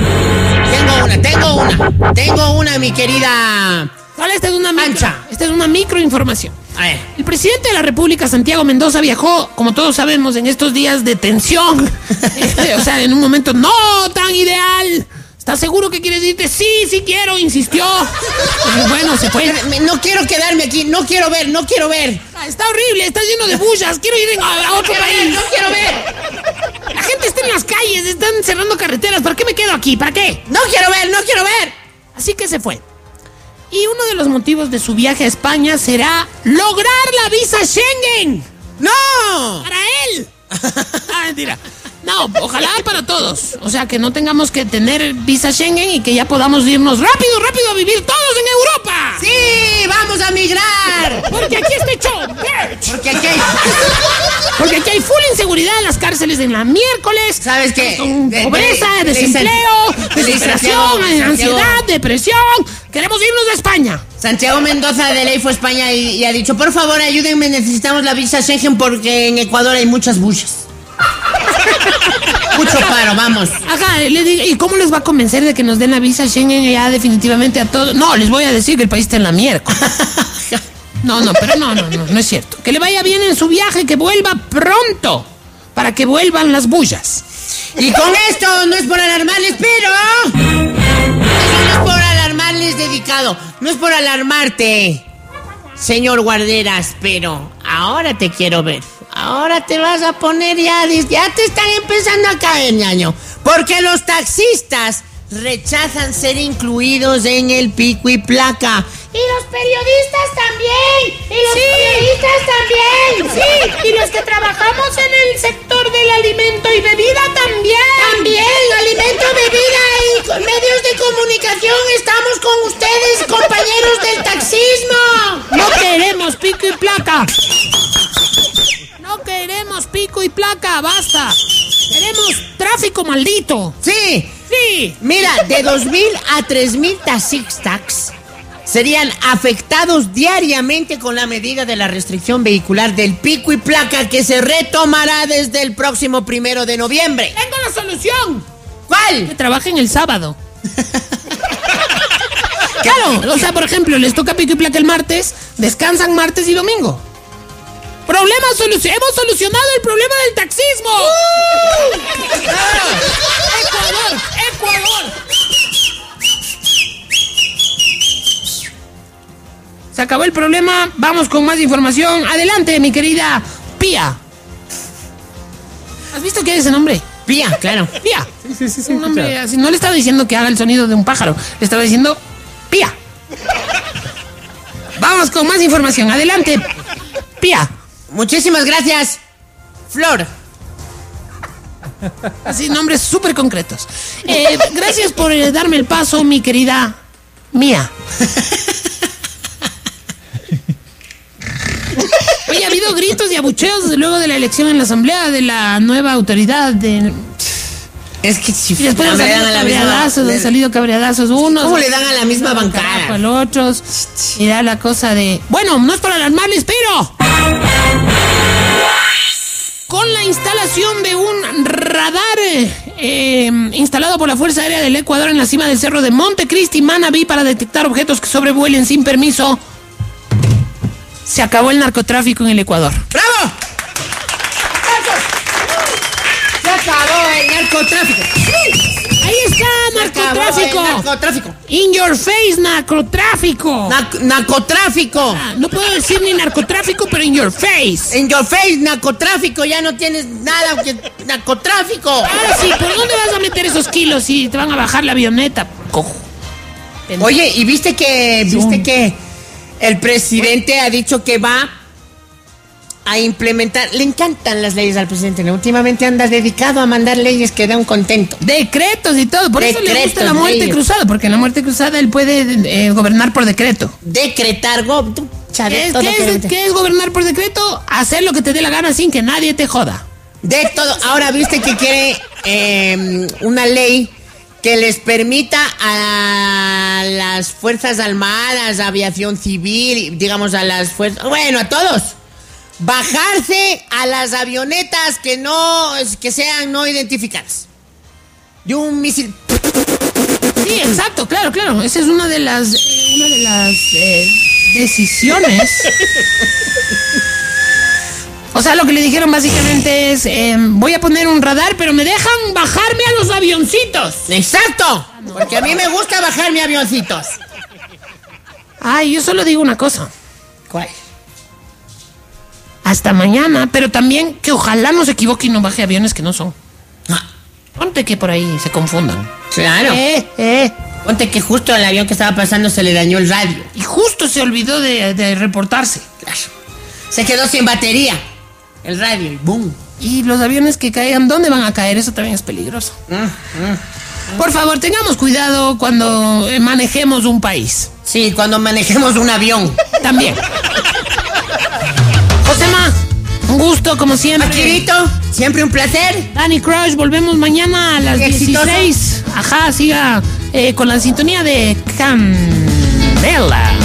Tengo una, tengo una. Tengo una, mi querida. Ahora esta es una micro- Ancha. Esta es una microinformación. A ver. El presidente de la República, Santiago Mendoza, viajó, como todos sabemos, en estos días de tensión. o sea, en un momento no tan ideal. ¿Estás seguro que quieres irte? Sí, sí quiero, insistió. Y bueno, se fue. Me- No quiero quedarme aquí, no quiero ver, no quiero ver. Ah, Está horrible, está lleno de bullas. Quiero ir a, a otro país. No quiero ver, La gente está en las calles, están cerrando carreteras. ¿Para qué me quedo aquí? ¿Para qué? no quiero ver, no quiero ver. Así que se fue. Y uno de los motivos de su viaje a España será lograr la visa Schengen. ¡No! Para él. Ah, mentira. No, ojalá para todos. O sea, que no tengamos que tener visa Schengen y que ya podamos irnos rápido, rápido a vivir todos en Europa. ¡Sí! ¡Vamos a migrar! Porque aquí está hecho merch. Porque aquí hay- Porque aquí hay full inseguridad en las cárceles en la miércoles. ¿Sabes qué? Con De- de- pobreza, le dicen- desempleo, le dicen Santiago- desesperación, Santiago- ansiedad, depresión. Queremos irnos de España. Santiago Mendoza de Ley fue a España y, y ha dicho, por favor, ayúdenme, necesitamos la visa Schengen porque en Ecuador hay muchas bullas. Mucho paro, vamos. Ajá, le digo, ¿y cómo les va a convencer de que nos den la visa Schengen ya definitivamente a todos? No, les voy a decir que el país está en la mierda. No, no, pero no, no, no, no es cierto. Que le vaya bien en su viaje, que vuelva pronto, para que vuelvan las bullas. Y con esto no es por alarmarles, pero... Eso no es por alarmarles dedicado, no es por alarmarte, señor guarderas, pero ahora te quiero ver. Ahora te vas a poner ya, dis- ya te están empezando a caer, ñaño. Porque los taxistas rechazan ser incluidos en el pico y placa. Y los periodistas también. Y los periodistas también. Sí. Y los que trabajamos en el sector del alimento y bebida también. También, alimento, bebida y co- medios de comunicación, estamos con ustedes, compañeros del taxismo. No queremos pico y placa. No queremos pico y placa, basta. Queremos tráfico maldito. Sí, Sí. Mira, de 2.000 a 3.000 taxistas serían afectados diariamente con la medida de la restricción vehicular del pico y placa que se retomará desde el próximo primero de noviembre. Tengo la solución. Que ¿Cuál? trabajen el sábado. claro, o sea, por ejemplo, les toca pico y placa el martes, descansan martes y domingo. Problema solucionado. Hemos solucionado el problema del taxismo. Ecuador, Ecuador. Se acabó el problema. Vamos con más información. Adelante, mi querida Pía. ¿Has visto qué es ese nombre? Pía, claro. Pía. Un hombre así. No le estaba diciendo que haga el sonido de un pájaro. Le estaba diciendo pía. Vamos con más información. Adelante. Pía. Muchísimas gracias, Flor. Así, nombres súper concretos. Eh, gracias por eh, darme el paso, mi querida mía. Oye, ha habido gritos y abucheos desde luego de la elección en la asamblea de la nueva autoridad. del- Es que si Y después han le salido dan a la cabreadazos, han misma... salido cabreadazos unos. ¿Cómo le dan a la misma carajo bancada? al otros. Y da la cosa de. Bueno, no es para alarmarles, pero. con la instalación de un radar eh, eh, instalado por la Fuerza Aérea del Ecuador en la cima del cerro de Montecristi, Manabí, para detectar objetos que sobrevuelen sin permiso. Se acabó el narcotráfico en el Ecuador. ¡Bravo! ¡Se acabó el narcotráfico! Ahí está, Se acabó el narcotráfico. narcotráfico! In your face, narcotráfico. Nac- ¡Narcotráfico! Ah, no puedo decir ni narcotráfico, pero in your face. En your face, narcotráfico, ya no tienes nada que narcotráfico. Ahora sí, ¿por dónde vas a meter esos kilos si te van a bajar la avioneta? Cojo. Oye, ¿y viste que viste que el presidente ha dicho que va a implementar? Le encantan las leyes al presidente, ¿no? Últimamente anda dedicado a mandar leyes que dan contento. Decretos y todo, por eso le gusta Decretos, la muerte niño. cruzada, porque en la muerte cruzada él puede eh, gobernar por decreto. Decretar go, tú, chale, ¿Qué es, todo qué es- presidente. qué es gobernar por decreto? Hacer lo que te dé la gana sin que nadie te joda. De todo. Ahora viste que quiere eh, una ley que les permita a las Fuerzas Armadas, aviación civil, digamos a las fuerzas, bueno, a todos, bajarse a las avionetas que no, que sean no identificadas. De un misil. Sí, exacto, claro, claro. Esa es una de las, eh, una de las eh, decisiones. O sea, lo que le dijeron básicamente es, eh, voy a poner un radar, pero me dejan bajarme a los avioncitos. ¡Exacto! Porque a mí me gusta bajar mi avioncitos. Ay, yo solo digo una cosa. ¿Cuál? Hasta mañana, pero también que ojalá no se equivoque y no baje aviones que no son. Ah, Ponte que por ahí se confundan. claro. Eh, eh. Ponte que justo al avión que estaba pasando se le dañó el radio. Y justo se olvidó de, de reportarse. Claro. Se quedó sin batería. El radio y boom. Y los aviones que caigan, ¿dónde van a caer? Eso también es peligroso. Por favor, tengamos cuidado cuando eh, manejemos un país. Sí, cuando manejemos un avión. También. Josema, un gusto como siempre. Paquirito, siempre un placer. Danny Crush, volvemos mañana a las Exitoso. 16. Ajá, siga eh, con la sintonía de Candela.